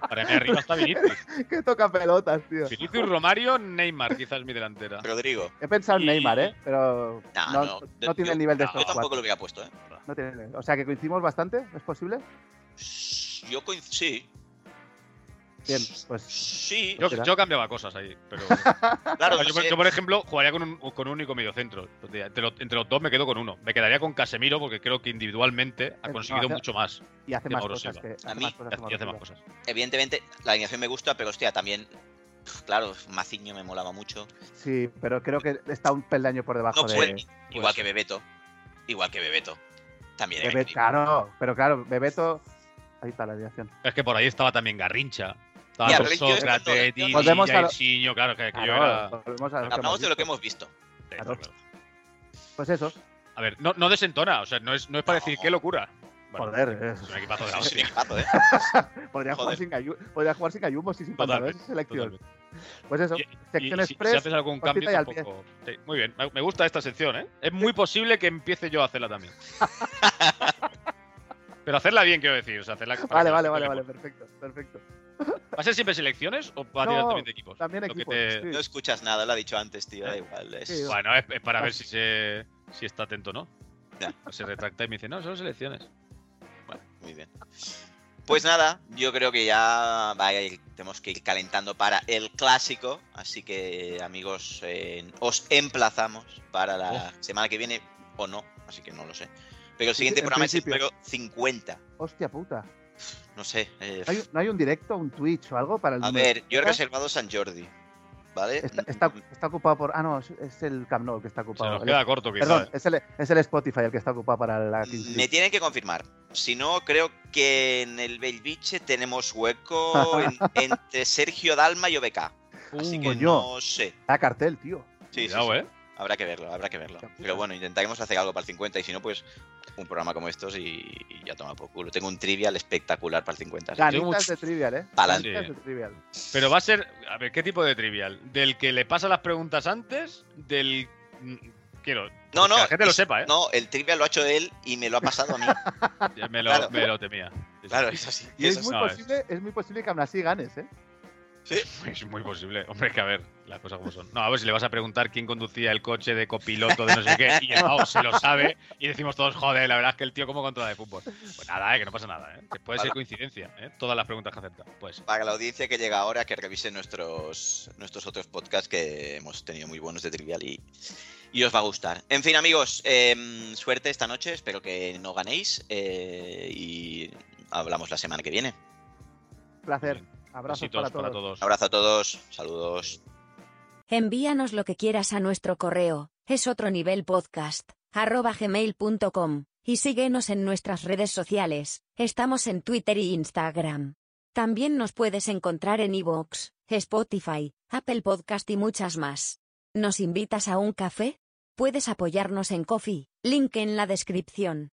C: Para mí arriba está Vinicius.
D: que toca pelotas, tío.
C: Vinicius, Romario, Neymar, quizás mi delantera.
A: Rodrigo.
D: He pensado en
C: Y-
D: Neymar, ¿eh? Pero
A: No,
D: no,
A: no.
D: no tiene
A: yo-
D: el nivel de
C: no,
D: estos
A: Yo tampoco
D: cuatro.
A: lo hubiera puesto, ¿eh?
D: No tiene- o sea que coincidimos bastante, ¿es posible?
A: Yo coinc- Sí.
D: Bien, pues
A: Sí.
C: Yo,
D: será.
C: yo cambiaba cosas ahí, pero.
A: Claro,
C: yo,
A: no sé.
C: yo, por ejemplo, jugaría con un, con un único mediocentro. Pues, Entre, los- entre los dos me quedo con uno. Me quedaría con Casemiro porque creo que individualmente ha
D: no,
C: conseguido
D: hace-
C: mucho más
D: y hace
C: Que
D: más
C: Mauro
D: cosas
C: Silva.
D: que
A: A
D: hace
A: mí,
D: más cosas
C: y
D: que
C: hace- y
D: Mauro
C: hace más
D: Silva.
C: cosas.
A: Evidentemente, la alineación me gusta, pero hostia, también. Claro, Maciño me molaba mucho.
D: Sí, pero creo que está un peldaño por debajo
A: No
D: de
A: fue. Igual
C: pues-
A: que Bebeto. Igual que Bebeto. También. era
D: Bebeto,
A: increíble.
D: claro, pero claro, Bebeto. Ahí está la dirección.
C: Es que por ahí estaba también Garrincha. Estaba
A: Ya,
C: por
A: pero yo- yo-
C: Sócrates,
A: yo-
C: Didi,
D: Volvemos a lo-
C: Jairzinho, claro, que, que yo
D: Claro,
C: era.
D: volvemos a lo que
A: Hablamos
D: hemos
A: de lo
D: dicho.
A: que hemos visto.
C: Sí,
D: claro.
C: claro.
D: Pues eso,
C: A ver, no, no desentona, o sea, no es, no es para decir qué locura. Bueno,
D: joder,
C: es
D: eh,
C: un equipazo de la
A: Es un
C: hostia.
A: equipazo, ¿eh?
D: podría, jugar
A: joder.
D: sin gallu- podría jugar sin gallumbos y sin pantalones
C: Totalmente,
D: esa selección.
C: totalmente.
D: Pues eso,
C: Y-
D: sección
C: Y si- si,
D: express.
C: haces algún cambio,
D: cortita y al
C: tampoco. Sí, muy bien, me- me gusta esta sección, ¿eh? Es muy posible que empiece yo a hacerla también. Pero hacerla bien, quiero decir. o sea, hacerla para que
D: Vale,
C: la
D: vale,
C: gente
D: vale,
C: le
D: vale,
C: mola.
D: perfecto, perfecto.
C: ¿Va a ser siempre selecciones o va a
D: No,
C: tirar también de equipos?
D: También
C: Lo que
D: equipos.
C: te-
D: sí.
A: No escuchas nada, lo ha dicho antes, tío. Da igual. es-
D: Sí,
C: Bueno, es, es para
D: Ah.
C: ver si se si está atento o no.
A: Ya.
C: Se retracta y me dice, no, son selecciones.
A: Bueno, muy bien. Pues nada, yo creo que ya va a ir- tenemos que ir calentando para el clásico. Así que, amigos, eh, os emplazamos para la semana que viene o no. Así que no lo sé. Pero el siguiente
D: en
A: programa es el
D: principio.
A: número 50.
D: Hostia puta.
A: No sé. eh,
D: ¿Hay- ¿No hay un directo, un Twitch o algo para el
A: a
D: número
A: ver, yo he
D: de podcast?
A: reservado San Jordi. ¿Vale? Mm,
D: Está, está- está ocupado por. Ah, no, es, es el Camp Nou el que está
C: Se
D: ocupado.
C: nos
D: El-
C: queda corto,
D: perdón,
C: quizás.
D: es el, es el Spotify el que está ocupado para la.
A: mm, Me tienen que confirmar. Si no, creo que en el Belviche tenemos hueco en- entre Sergio Dalma y OBK. Así que
D: coño.
A: no sé.
D: Ah, cartel, tío.
A: Sí, sí,
C: Cuidado,
A: sí.
C: Uh, ¿eh?
A: Habrá que verlo, habrá que verlo.
D: Hostia puta.
A: Pero bueno, intentaremos hacer algo para el 50 y si no, pues un programa como estos y, y ya toma por culo. Tengo un trivial espectacular para el 50. así que-
C: Tengo
D: Ganitas
C: mucho-
D: de trivial, ¿eh?
A: Pues Pa'lante.
D: Ganitas de trivial.
C: Pero va a ser. A ver, ¿qué tipo de trivial? ¿Del que le pasa las preguntas antes? ¿Del. mm, Quiero.
A: No, no.
C: Que la gente lo
A: es-
C: sepa, ¿eh?
A: No, el trivial lo ha hecho él y me lo ha pasado a mí.
C: Ya Me, lo,
A: claro.
C: me lo temía.
A: claro, es así.
D: Y
A: es
D: es
A: así.
D: muy,
C: no es.
D: posible, es muy posible que aún así ganes, ¿eh?
C: Es muy posible. Hombre, que a ver, las cosas como son. No, a ver si le vas a preguntar quién conducía el coche de copiloto de no sé qué, y el pavo se lo sabe, y decimos todos, joder, la verdad es que el tío como controla de fútbol. Pues nada, eh, que no pasa nada, eh. Que puede ser
A: Vale.
C: coincidencia, eh. Todas las preguntas que acepta. Pues
A: Para la audiencia que llega ahora, que revise nuestros, nuestros otros podcasts que hemos tenido muy buenos de trivial y, y os va a gustar. En fin, amigos, em, suerte esta noche. Espero que no ganéis eh, y hablamos la semana que viene.
D: Placer. Abrazos
C: besitos
D: para todos.
A: Un abrazo a todos, saludos.
B: Envíanos lo que quieras a nuestro correo, es otro nivel podcast, arroba gmail.com, y síguenos en nuestras redes sociales, estamos en Twitter y Instagram. También nos puedes encontrar en iVoox, Spotify, Apple Podcast y muchas más. ¿Nos invitas a un café? Puedes apoyarnos en Coffee, link en la descripción.